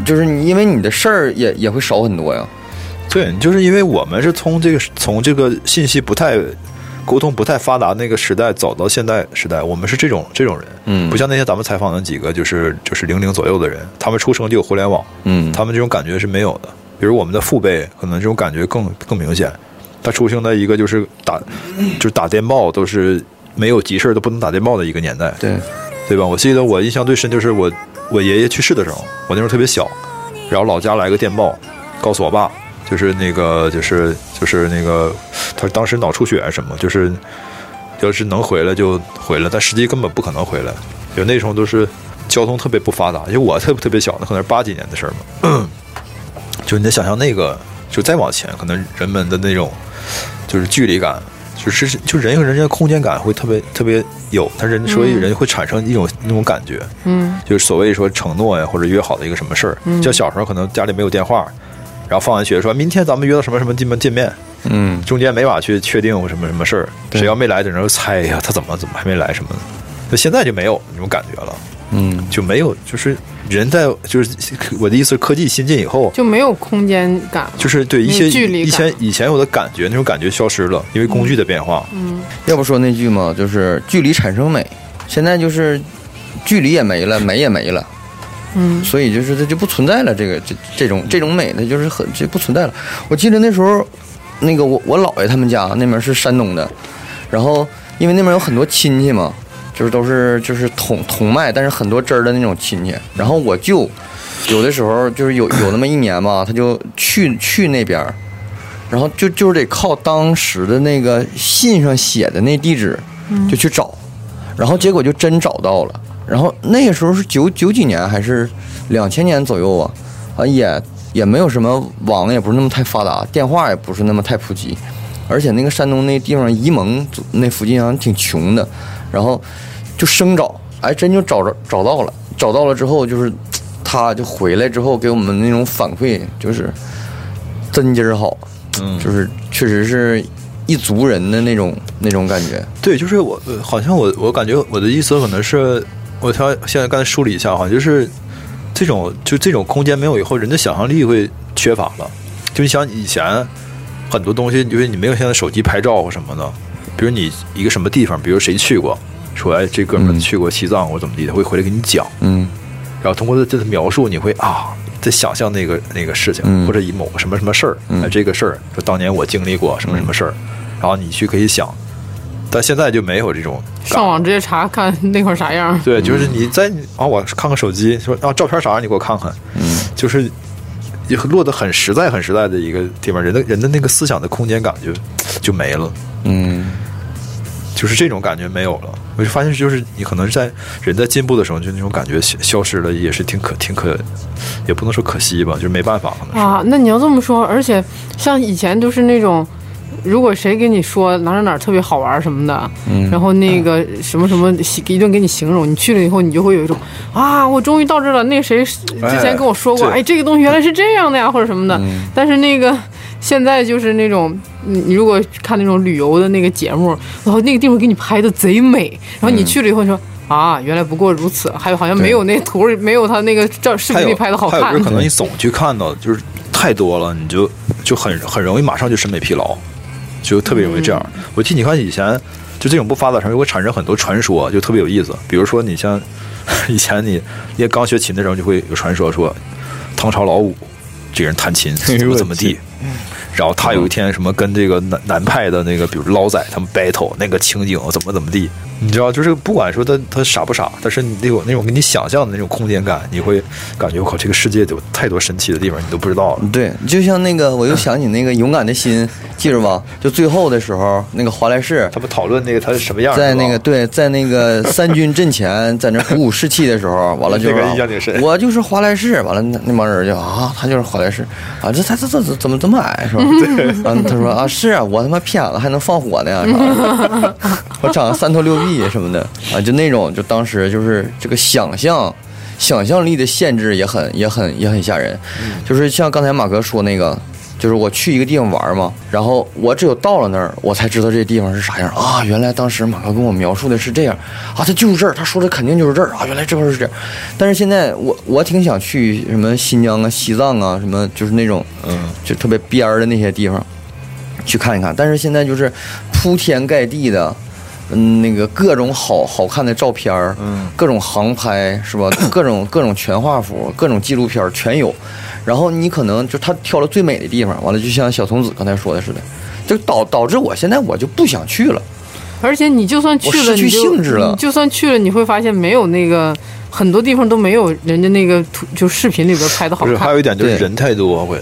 就是你因为你的事儿也也会少很多呀。
对，就是因为我们是从这个从这个信息不太沟通不太发达那个时代走到现代时代，我们是这种这种人，
嗯
不像那些咱们采访的几个就是就是零零左右的人，他们出生就有互联网，
嗯，
他们这种感觉是没有的。比如我们的父辈，可能这种感觉更更明显。他出生在一个就是打就是打电报都是没有急事儿都不能打电报的一个年代，
对，
对吧？我记得我印象最深就是我我爷爷去世的时候，我那时候特别小，然后老家来个电报，告诉我爸，就是那个就是就是那个他当时脑出血什么，就是要是能回来就回来，但实际根本不可能回来，就那时候都是交通特别不发达，因为我特别特别小，那可能是八几年的事儿嘛， 就你得想象那个，就再往前，可能人们的那种就是距离感，就是就人和人之间的空间感会特别特别有，他人所以人会产生一种那种感觉，
嗯，
就是所谓说承诺呀，或者约好的一个什么事儿，像小时候可能家里没有电话，然后放完学说明天咱们约到什么什么地方见面，
嗯，
中间没法去确定什么什么事儿，谁要没来，在那儿猜哎呀，他怎么怎么还没来什么的，那现在就没有那种感觉了，
嗯，
就没有，就是人在就是我的意思是科技新进以后，
就没有空间感了。
就是对
没
一
有
些
距离
以
感
前以前有的感觉，那种感觉消失了，因为工具的变
嗯
化。
要不说那句嘛，就是距离产生美，现在就是距离也没了，美也没了。
嗯，
所以就是它就不存在了，这个这这种这种美，它就是很这不存在了。我记得那时候，那个我我姥爷他们家那边是山东的，然后因为那边有很多亲戚嘛，就是都是就是同同脉，但是很多支儿的那种亲戚。然后我舅有的时候就是有有那么一年吧，他就去去那边儿，然后就就是得靠当时的那个信上写的那地址，就去找，然后结果就真找到了。然后那个时候是九九几年还是两千年左右啊，啊也也没有什么网，也不是那么太发达，电话也不是那么太普及，而且那个山东那地方沂蒙那附近好像挺穷的，然后就生找，哎，真就找着找到了，找到了之后就是他就回来之后给我们那种反馈就是真今儿好，
嗯
就是确实是一族人的那种那种感觉，
对，就是我呃好像我我感觉我的意思可能是，我挑现在刚才梳理一下哈，就是这种就这种空间没有以后，人的想象力会缺乏了。就你想以前很多东西，就是你没有现在手机拍照或什么的，比如你一个什么地方，比如谁去过，说哎这哥们儿
嗯
去过西藏或怎么地的，会回来给你讲。
嗯
然后通过这次描述，你会啊，在想象那个那个事情，
嗯
或者以某个什么什么事儿，
嗯
哎，这个事儿，说当年我经历过什么什么事儿，然后你去可以想，但现在就没有这种感
上网直接查看那块儿啥样。
对，就是你在啊，我看看手机，说啊，照片啥样，你给我看看，就是也落得很实在、很实在的一个地方，人的人的那个思想的空间感就就没了。
嗯
就是这种感觉没有了。我就发现，就是你可能在人在进步的时候，就那种感觉消消失了，也是挺可挺可，也不能说可惜吧，就是没办法，可能是。
啊，那你要这么说，而且像以前就是那种，如果谁给你说哪哪哪儿特别好玩儿什么的，
嗯
然后那个什么什么形一顿给你形容，你去了以后，你就会有一种啊，我终于到这儿了。那个谁之前跟我说过，
哎嗯
哎，这个东西原来是这样的呀，或者什么的。但是那个现在就是那种，你你如果看那种旅游的那个节目，然后那个地方给你拍的贼美，然后
嗯
你去了以后你说。啊，原来不过如此，还有好像没有那图儿，没有他那个照视
还
频
有
里拍的好看。
还有就是可能你总去看到，就是太多了，你
嗯
就就很很容易马上就审美疲劳，就特别容易这样。我记得你看以前就这种不发达城市会产生很多传说，就特别有意思。比如说，你像 以前你你刚学琴的时候，就会有传说说唐朝老五这个人弹琴怎么怎么地。然后他有一天什么跟这个南南派的那个，比如捞仔他们 battle 那个情景怎么怎么地，你知道，就是不管说他他傻不傻，但是你得有那种给你想象的那种空间感，你会感觉我靠，这个世界有太多神奇的地方，你都不知道了。
对，就像那个，我又想起那个《勇敢的心》，记着吧？就最后的时候，那个华莱士
他们讨论那个他是什么样，
在
是吧
那个对，在那个三军阵前，在那鼓舞士气的 时候，完了就
这个
啊
印象挺深
我就是华莱士，完了那那帮人就啊，他就是华莱士啊，这他这这这怎么这么矮 是吧？然后他说啊，是啊，我他妈偏了还能放火呢，啥的我长得三头六臂什么的啊，就那种，就当时就是这个想象。想象力的限制也很也很也很吓人，就是像刚才马哥说那个，就是我去一个地方玩嘛，然后我只有到了那儿，我才知道这地方是啥样啊。原来当时马哥跟我描述的是这样啊，他就是这儿，他说的肯定就是这儿啊。原来这块儿是这样，但是现在我我挺想去什么新疆啊、西藏啊，什么就是那种
嗯，
就特别边儿的那些地方去看一看。但是现在就是铺天盖地的，嗯，那个各种好好看的照片儿，
嗯，
各种航拍是吧？各种各种全画幅，各种纪录片儿全有。然后你可能就他挑了最美的地方，完了就像小童子刚才说的似的，就导导致我现在我就不想去了。
而且你就算去
我
了，
失去
你就
兴致了
你就算去了，你会发现没有那个很多地方都没有人家那个图，就视频里边拍的好
不是，还
看。
有一点就是
哦对
人太多会，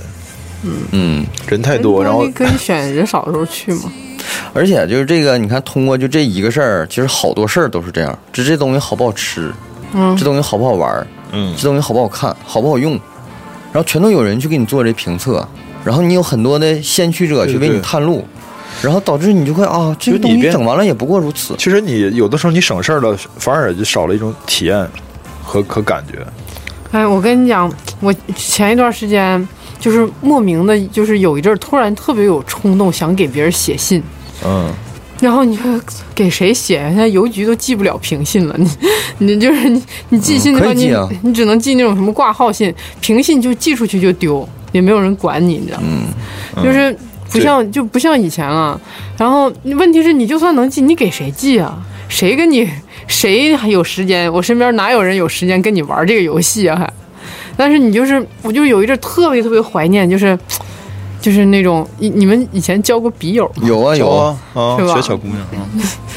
嗯，
人太多，然后
你可以选人少的时候去嘛。
而且就是这个，你看，通过就这一个事儿，其实好多事儿都是这样。这这东西好不好吃，
嗯
这东西好不好玩儿，
嗯
这东西好不好看，好不好用，然后全都有人去给你做这评测，然后你有很多的先驱者去
对
为你
对
探路，然后导致你就会啊，这个
就里
东西
边
整完了也不过如此。
其实你有的时候你省事儿了，反而就少了一种体验和和感觉。
哎，我跟你讲，我前一段时间就是莫名的，就是有一阵儿突然特别有冲动，想给别人写信。
嗯，
然后你说给谁写呀？现在邮局都寄不了平信了， 你你就是你你寄信的
嗯
话，
可以寄啊
你你只能寄那种什么挂号信，平信就寄出去就丢，也没有人管你，你知道吗？
嗯
就是不像就不像以前了。然后问题是你就算能寄，你给谁寄啊？谁跟你谁还有时间？我身边哪有人有时间跟你玩这个游戏啊？ 还，但是你就是我就有一阵儿特别特别怀念，就是。就是那种你你们以前交过笔友吗？
有啊有啊，
啊啊
是吧
学小姑娘，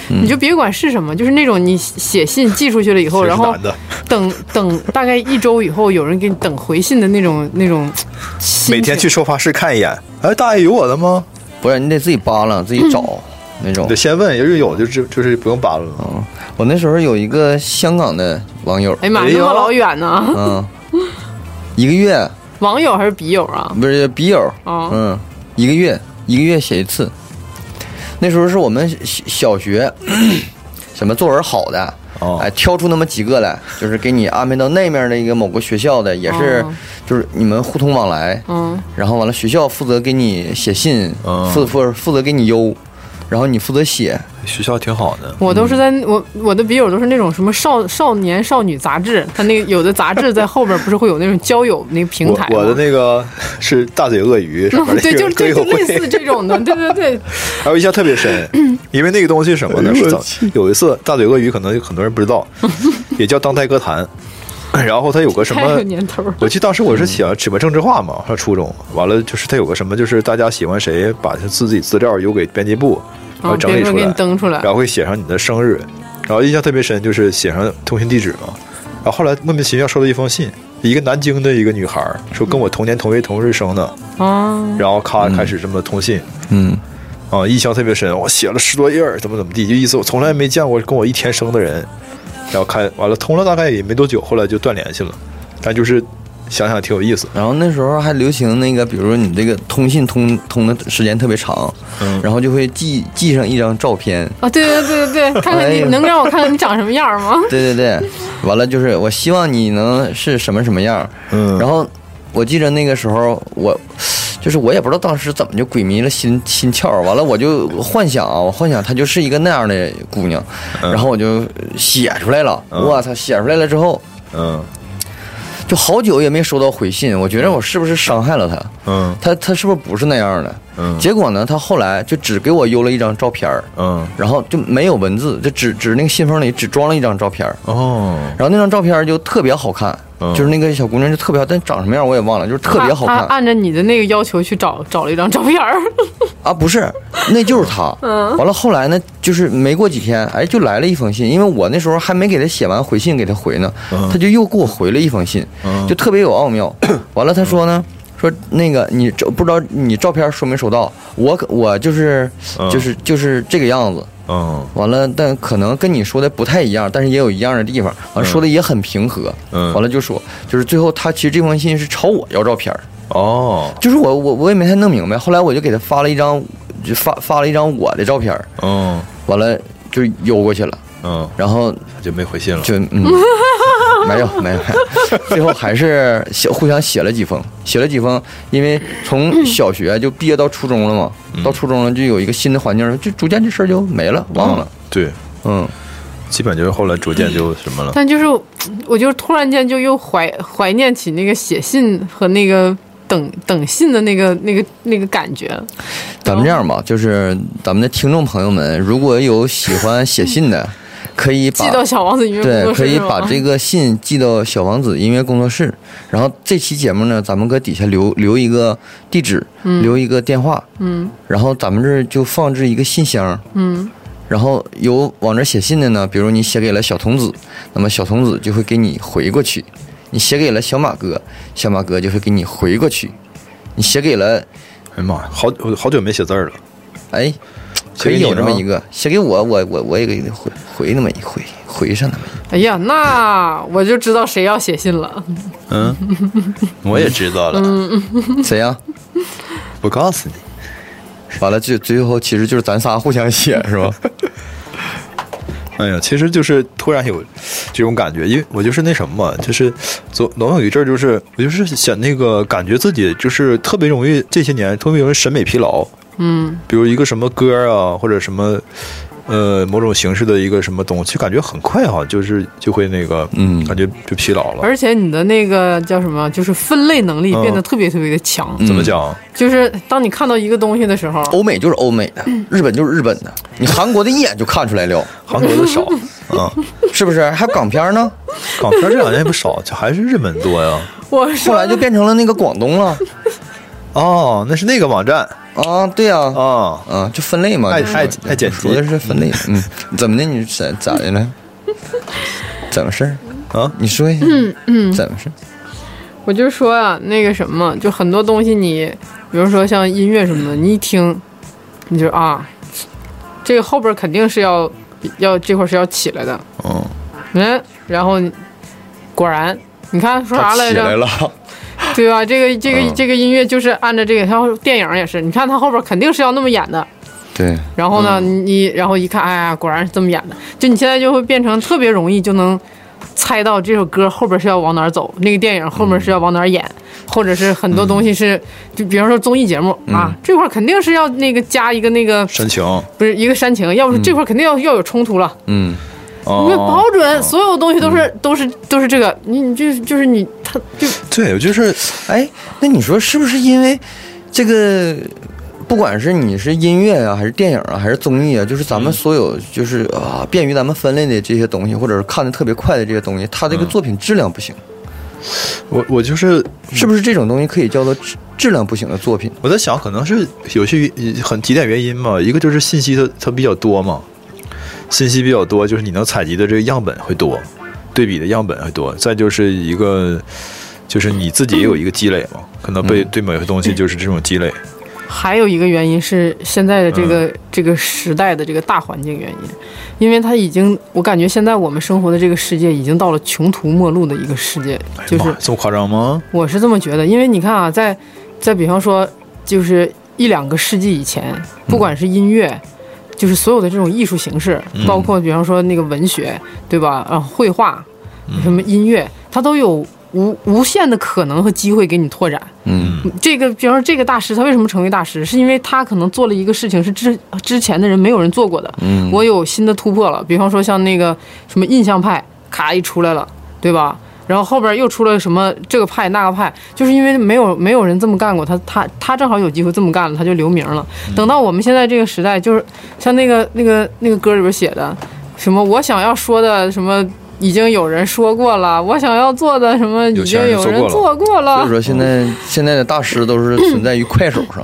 嗯
你就别管是什么，就是那种你写信寄出去了以后，
谁
哦然
是
后
男的，
等等大概一周以后，有人给你等回信的那种那种心情
每天去收发室看一眼。哎，大爷有我的吗？
不是你得自己扒拉自己找、那种
得。先问，要是有就就就是不用扒拉了。
嗯，我那时候有一个香港的网友，
哎呀妈，
哎呦
那么老远呢、
嗯，一个月
网友还是笔友啊？
不是笔友，
哦
嗯，一个月一个月写一次。那时候是我们小小学， 什么作文好的，
哦
哎，挑出那么几个来，就是给你安排到那面的一个某个学校的，也是
哦
就是你们互通往来，
嗯，
然后完了学校负责给你写信，
嗯
负负负责给你邮，然后你负责写，
学校挺好的，
我都是在
嗯
我我的笔友都是那种什么少少年少女杂志，他那个有的杂志在后边不是会有那种交友那个平
我
台
我的
吗？
那个是大嘴鳄鱼什 么的，
对，就
歌
就
友
就类
会
似这种的，对对 对，
还有印象特别深，因为那个东西是什么呢？是早有一次大嘴鳄鱼，可能很多人不知道，也叫当代歌坛。然后它有个什
太
么
有年头儿。
我记得当时我是写什么政治化嘛，上初中，完了就是他有个什么，就是大家喜欢谁，把他自己资料邮给编辑部，然后
啊，
整理
别
出
说给
来，
你登出来
然，后会写上你的生日，然后印象特别深，就是写上通信地址嘛。然后后来莫名其妙收到一封信，一个南京的一个女孩儿说跟我同年同月同日生的，
啊，
然后咔开始这么通信。
嗯，
啊，印象特别深，我写了十多页儿，怎么怎么地，就意思我从来没见过跟我一天生的人，然后看完了通了大概也没多久，后来就断联系了，但就是想想挺有意思，
然后那时候还流行那个，比如说你这个通信通通的时间特别长，
嗯
然后就会寄寄上一张照片，
啊，对对对对对，看看
哎
你
呦
能让我看看你长什么样吗？
对对对，完了就是我希望你能是什么什么样，
嗯
然后我记着那个时候我。就是我也不知道当时怎么就鬼迷了心心窍，完了我就幻想啊，我幻想她就是一个那样的姑娘，然后我就写出来了，
嗯
我操、写出来了之后
嗯
就好久也没收到回信，我觉得我是不是伤害了她？
嗯
她她是不是不是那样的？
嗯
结果呢，他后来就只给我邮了一张照片儿，
嗯
然后就没有文字，就只只那个信封里只装了一张照片儿，
哦，
然后那张照片儿就特别好看，
嗯
就是那个小姑娘就特别好，但长什么样我也忘了，就是 特别好
他他
看
按照你的那个要求去找找了一张照片儿，
啊，不是，那就是她。完了后来呢，就是没过几天，哎，就来了一封信，因为我那时候还没给她写完回信给她回呢，
嗯
她就又给我回了一封信，
嗯
就特别有奥妙。完了她说呢。说那个你这不知道你照片收没收到？我可我就是
嗯
就是就是这个样子，
嗯
完了，但可能跟你说的不太一样，但是也有一样的地方。完了，说的也很平和。
嗯
完了就说，就是最后他其实这封信是朝我要照片儿，
哦
就是我我我也没太弄明白。后来我就给他发了一张，就发发了一张我的照片儿，
嗯
完了就邮过去了。
嗯，
然后
就没回信了。
就嗯，没有没有， 最后还是写互相写了几封，写了几封，因为从小学就毕业到初中了嘛，到初中了就有一个新的环境，就逐渐这事儿就没了，忘了，
对，
嗯。
基本就是后来逐渐就什么了。
但就是我我就突然间就又怀怀念起那个写信和那个等等信的那个那个那个感觉了。
咱们这样吧，就是咱们的听众朋友们，如果有喜欢写信的， 可以把
嗯寄到小王子音乐工
对，
作室
可以
是吗
把这个信寄到小王子音乐工作室。然后这期节目呢，咱们搁底下留留一个地址，留一个电话，
嗯
然后咱们这儿就放置一个信箱，
嗯
然后有往这儿写信的呢，比如你写给了小童子，那么小童子就会给你回过去；你写给了小马哥，小马哥就会给你回过去；你写给了
哎呀妈呀，好我好久没写字儿了。
哎，可以有这么一个，写给我，我我我也给你回回那么一回，回上那么一
哎呀，那我就知道谁要写信了。
嗯，我也知道
嗯
了，
个，怎样？
我告诉你，
完了，最最后其实就是咱仨互相写是吧？
哎呀，其实就是突然有这种感觉，因为我就是那什么嘛，就是总总有一阵儿，就是我就是想那个感觉自己就是特别容易这些年特别容易审美疲劳，
嗯，
比如一个什么歌啊，或者什么呃某种形式的一个什么东西，就感觉很快哈、就是就会那个
嗯
感觉就疲劳了。
而且你的那个叫什么，就是分类能
嗯
力变得特别特别的强。
怎么讲？
就是当你看到一个东西的时候，
欧美就是欧美的，日本就是日本的，你韩国的一眼就看出来了，
韩国的 少啊，
是不是？还有港片呢，
港片这两年也不少，就还是日本多呀。
我
后
说
来就变成了那个广东了
哦，那是那个网站
啊，对呀、啊，
啊，
就分类嘛，
爱
就是
爱爱剪辑
说的是分类， 嗯，怎么的？你咋咋的了？怎么事儿？
啊，
你说一下，嗯嗯，怎么事儿？
我就说啊，那个什么，就很多东西你，比如说像音乐什么的，你一听，你就啊，这个后边肯定是要要这块是要起来的，
哦
嗯，
嗯，然后果然，你看说啥
他
来
起
着？
来了，
对吧？这个这个、
嗯
这个音乐就是按照这个，像电影也是，你看它后边肯定是要那么演的。
对，
然后呢，你然后一看，哎呀，果然是这么演的。就你现在就会变成特别容易就能猜到这首歌后边是要往哪儿走，那个电影后面是要往哪儿演，或者是很多东西是，就比方说综艺节目、啊，这块儿肯定是要那个加一个那个
煽情哦，
不是一个煽情，要不是这块儿肯定要、要有冲突了。
嗯，
哦
你看保准所有东西都是、都是都是这个，你你就就是你他就
对，我就是
哎，那你说是不是因为这个，不管是你是音乐啊，还是电影啊，还是综艺啊，就是咱们所有就是啊，便于咱们分类的这些东西，或者是看的特别快的这些东西，它这个作品质量不行，
我我就是
是不是这种东西可以叫做质质量不行的作品？
我在想，可能是有些很几点原因嘛，一个就是信息它它比较多嘛，信息比较多，就是你能采集的这个样本会多，对比的样本会多，再就是一个就是你自己也有一个积累嘛，可能
嗯
被对某些东西就是这种积累，
还有一个原因是现在的这个、
嗯
这个时代的这个大环境原因，因为它已经，我感觉现在我们生活的这个世界已经到了穷途末路的一个世界，就
哎呀妈
是
呀这么夸张吗？
我是这么觉得，因为你看啊，在在比方说就是一两个世纪以前，
嗯
不管是音乐。就是所有的这种艺术形式，
嗯
包括比方说那个文学，对吧？啊，绘画，
嗯
什么音乐，它都有无无限的可能和机会给你拓展。
嗯
这个，比方说这个大师，他为什么成为大师？是因为他可能做了一个事情是之之前的人没有人做过的。
嗯
我有新的突破了，比方说像那个什么印象派，咔一出来了，对吧？然后后边又出了什么这个派那个派，就是因为没有没有人这么干过，他他他正好有机会这么干了，他就留名了。等到我们现在这个时代，就是像那个那个那个歌里边写的，什么我想要说的什么。已经有人说过了，我想要做的什么已经有人做过
所
了
以。说现在 现在的大师都是存在于快手上，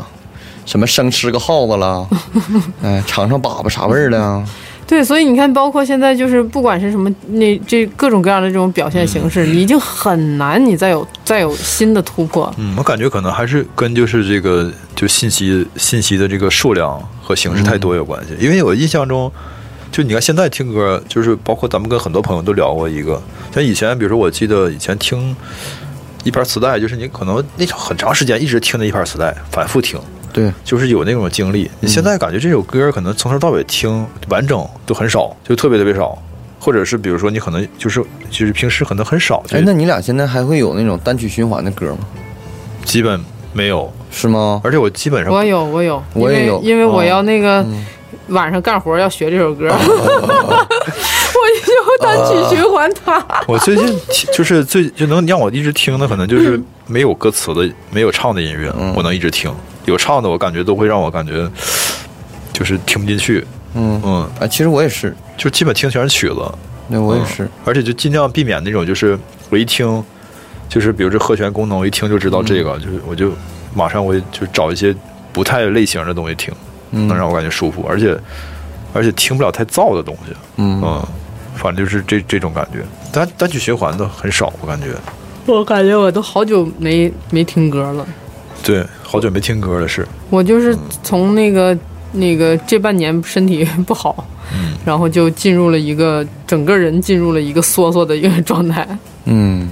什么生吃个耗子啦， 哎，尝尝粑粑啥味儿的啊？
对，所以你看，包括现在就是不管是什么那这各种各样的这种表现形
嗯
式，你已经很难你再有再有新的突破。
嗯，我感觉可能还是跟就是这个就信息信息的这个数量和形式太多有关系。因为我印象中，就你看现在听歌，就是包括咱们跟很多朋友都聊过一个，像以前，比如说我记得以前听一盘磁带，就是你可能那很长时间一直听那一盘磁带，反复听，
对，
就是有那种经历。你现在感觉这首歌可能从头到尾听完整都很少，就特别特别少，或者是比如说你可能就是就是平时可能很少，就
哎，那你俩现在还会有那种单曲循环的歌吗？
基本没有。
是吗？
而且我基本上
我有，我有，
我也有
因为因为我
哦
要那个、晚上干活要学这首歌，
哦
我就单曲循环它。
我最近听就是最就能让我一直听的，可能就是没有歌词的、没有唱的音乐，我能一直听。有唱的，我感觉都会让我感觉就是听不进去。
嗯，
嗯，
啊，其实我也是，
就基本听全是曲子。嗯
那我也嗯是，
而且就尽量避免那种，就是我一听，就是比如这和弦功能，我一听就知道这个，就是我就马上我就找一些不太类型的东西听，能让我感觉舒服，而且而且听不了太燥的东西，
嗯
啊反正就是这这种感觉。单单曲循环的很少，我感觉。
我感觉我都好久没没听歌了，
对，好久没听歌了，是。
我就是
嗯
从那个那个这半年身体 不好，
嗯
然后就进入了一个整个人进入了一个缩缩的一个状态，
嗯。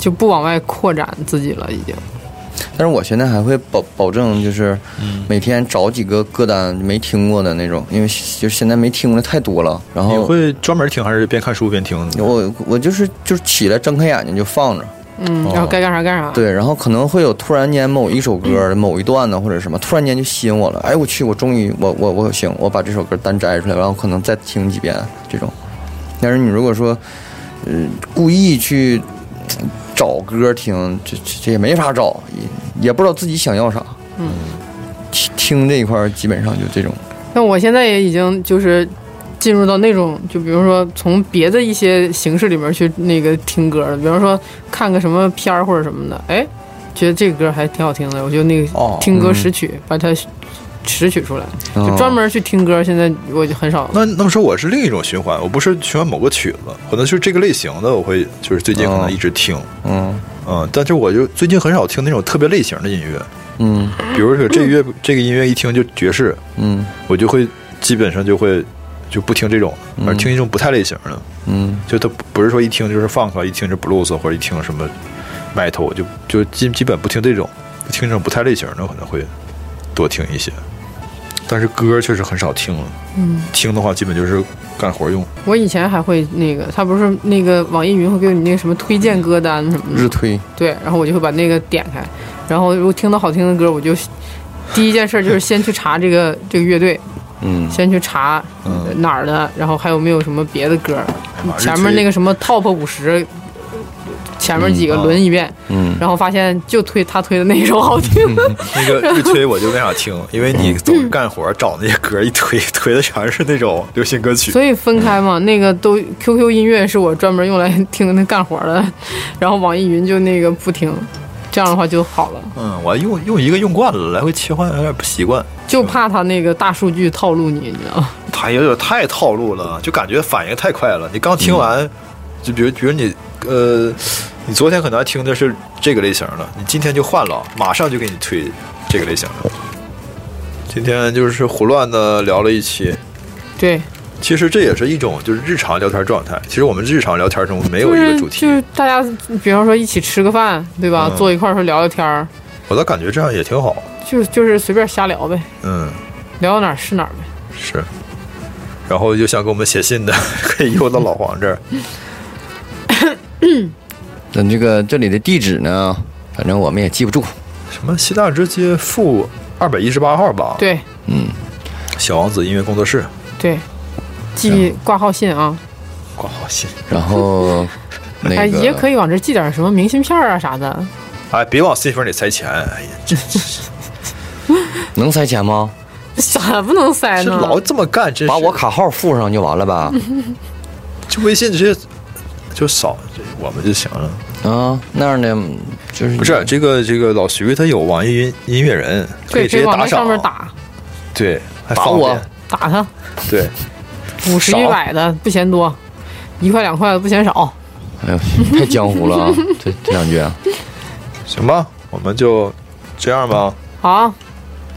就不往外扩展自己了，已经。
但是我现在还会保保证，就是每天找几个歌单没听过的那种，因为就是现在没听过的太多了。然
你
后
会专门听还是边看书边听？
我我就是就是起来睁开眼睛就放着，
嗯，
哦
然后该干啥干啥。
对，然后可能会有突然间某一首歌、某一段呢，或者什么，突然间就吸引我了。哎，我去，我终于，我我我行，我把这首歌单摘出来，然后可能再听几遍这种。但是你如果说，呃，故意去呃找歌听，这这这也没法找，也也不知道自己想要啥。嗯，听听这一块儿基本上就这种。
那我现在也已经就是进入到那种，就比如说从别的一些形式里面去那个听歌了，比方说看个什么片儿或者什么的，哎，觉得这个歌还挺好听的，我就那
哦
个听歌识曲，把它拾取出来，
哦
就专门去听歌。现在我就很少。
那那么说，我是另一种循环，我不是循环某个曲子，可能就是这个类型的，我会就是最近可能一直听，
嗯
嗯，但是我就最近很少听那种特别类型的音乐，
嗯
比如说这乐这个音乐一听就爵士，
嗯
我就会基本上就会就不听这种，而听一种不太类型的，
嗯
就它不不是说一听就是 funk，一听就 blues 或者一听什么 metal，我就就基基本不听这种，听这种不太类型的可能会多听一些，但是歌确实很少听了，嗯，听的话基本就是干活 用。
我以前还会那个，他不是那个网易云会给你那个什么推荐歌单什么的，
日推
对，然后我就会把那个点开，然后如果听到好听的歌，我就第一件事就是先去查这个这个乐队，
嗯
先去查呃哪儿的，然后还有没有什么别的歌儿，前面那个什么 top 五十，前面几个轮一遍，
嗯
然后发现就推他推的那一首好听，
那个日推我就没啥听，因为你总干活找那些歌一推， 推的全是那种流行歌曲。
所以分开嘛，那个都 QQ 音乐是我专门用来听那干活的，然后网易云就那个不听，这样的话就好了，
嗯，我用用一个用惯了，来回切换有点不习惯，
就怕他那个大数据套路你，你知道吗？
它有点太套路了，就感觉反应太快了。你刚听完，
嗯
就比如比如你呃，你昨天可能还听的是这个类型的，你今天就换了，马上就给你推这个类型的。今天就是胡乱的聊了一期，
对，
其实这也是一种就是日常聊天状态。其实我们日常聊天中没有一个主题，
就是就是大家，比方说一起吃个饭，对吧？
嗯
坐一块儿说聊聊天儿，
我倒感觉这样也挺好。
就就是随便瞎聊呗，
嗯。
聊到哪儿是哪儿呗。
是。然后有想给我们写信的， 可以邮到老黄这儿。
那这个这里的地址呢，反正我们也记不住。
什么西大直街负二百一十八号吧？，
对
小王子音乐工作室
对，记挂号信啊。
挂号信。
然后那
哎，
个
也可以往这寄点什么明信片啊啥的，
哎，别往 C 分里塞钱，哎呀这
能塞钱吗？
咋不能塞
这
呢？
老这么干，真是
把我卡号附上就完了 呗。
这微信直接就扫这我们就行了。嗯
啊，那样的就是
不是这个这个老徐他有网易云音乐人，可以
对，
直
可以
接
往
打
那
赏，
上面打
对，还
打
方
我
便
打他，
对，
五十
少
一百的不嫌多，一块两块的不嫌少。
哎呦，太江湖了啊！这这两句啊，
行吧，我们就这样吧。
好，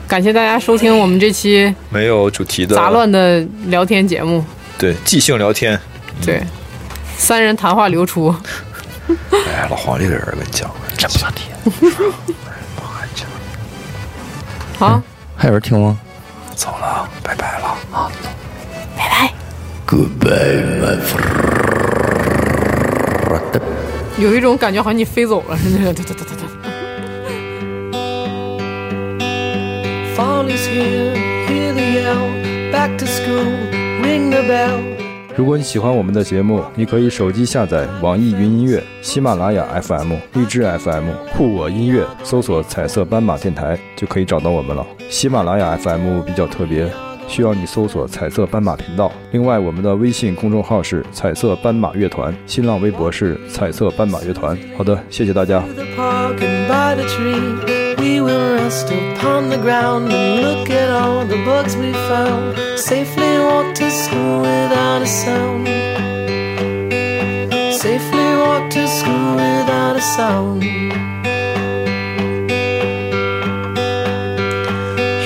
感谢大家收听我们这期
没有主题的
杂，乱的聊天节目，
对，即兴聊天。
对，三人谈话流出，
哎，老黄这个人，我跟你讲，真不咋地。
好，
还有人听吗
走了，拜拜了。
？Goodbye, my friend.
有一种感觉好像你飞走了似的，哒哒哒哒哒。
Fall is here, hear the yell. Back to school, ring the bell.
如果你喜欢我们的节目，你可以手机下载网易云音乐、喜马拉雅 FM、荔枝 FM、酷我音乐，搜索“彩色斑马电台”就可以找到我们了。喜马拉雅 FM 比较特别，需要你搜索“彩色斑马频道”。另外，我们的微信公众号是“彩色斑马乐团”，新浪微博是“彩色斑马乐团”。好的，谢谢大家。
To the park and by the tree, we will rest upon the ground and look at all the bugs we found. Safely walk to school without a sound. Safely walk to school without a sound.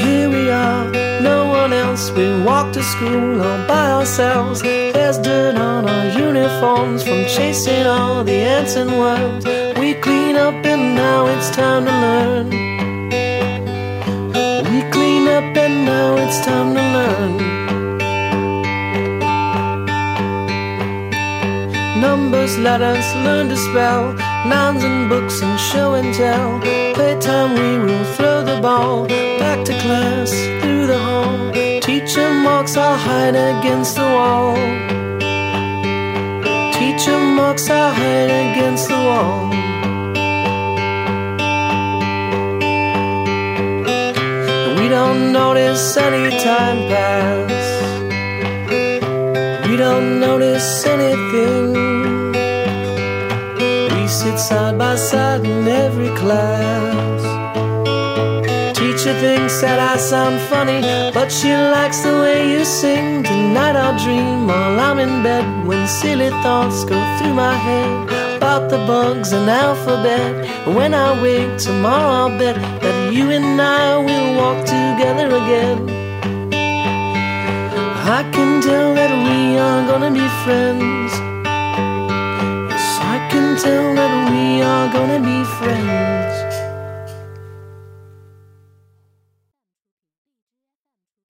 Here we are, no one else. We walk to school all by ourselves. There's dirt on our uniforms from chasing all the ants and worms. We clean up and now it's time to learn. We clean up and now it's time to learn. Numbers, letters, learn to spell. Nouns and books and show and tell. Playtime, we will throw the ball. Back to class, through the hall. Teacher marks our hide against the wall. Teacher marks our hide against the wall. We don't notice any time pass. We don't notice anything. We sit side by side in every class. Teacher thinks that I sound funny, but she likes the way you sing. Tonight I'll dream while I'm in bed when silly thoughts go through my head about the bugs and alphabet. When I wake tomorrow, I'll bet that you and I will walk together again. I can tell that we are gonna be friends. Yes, I can tell that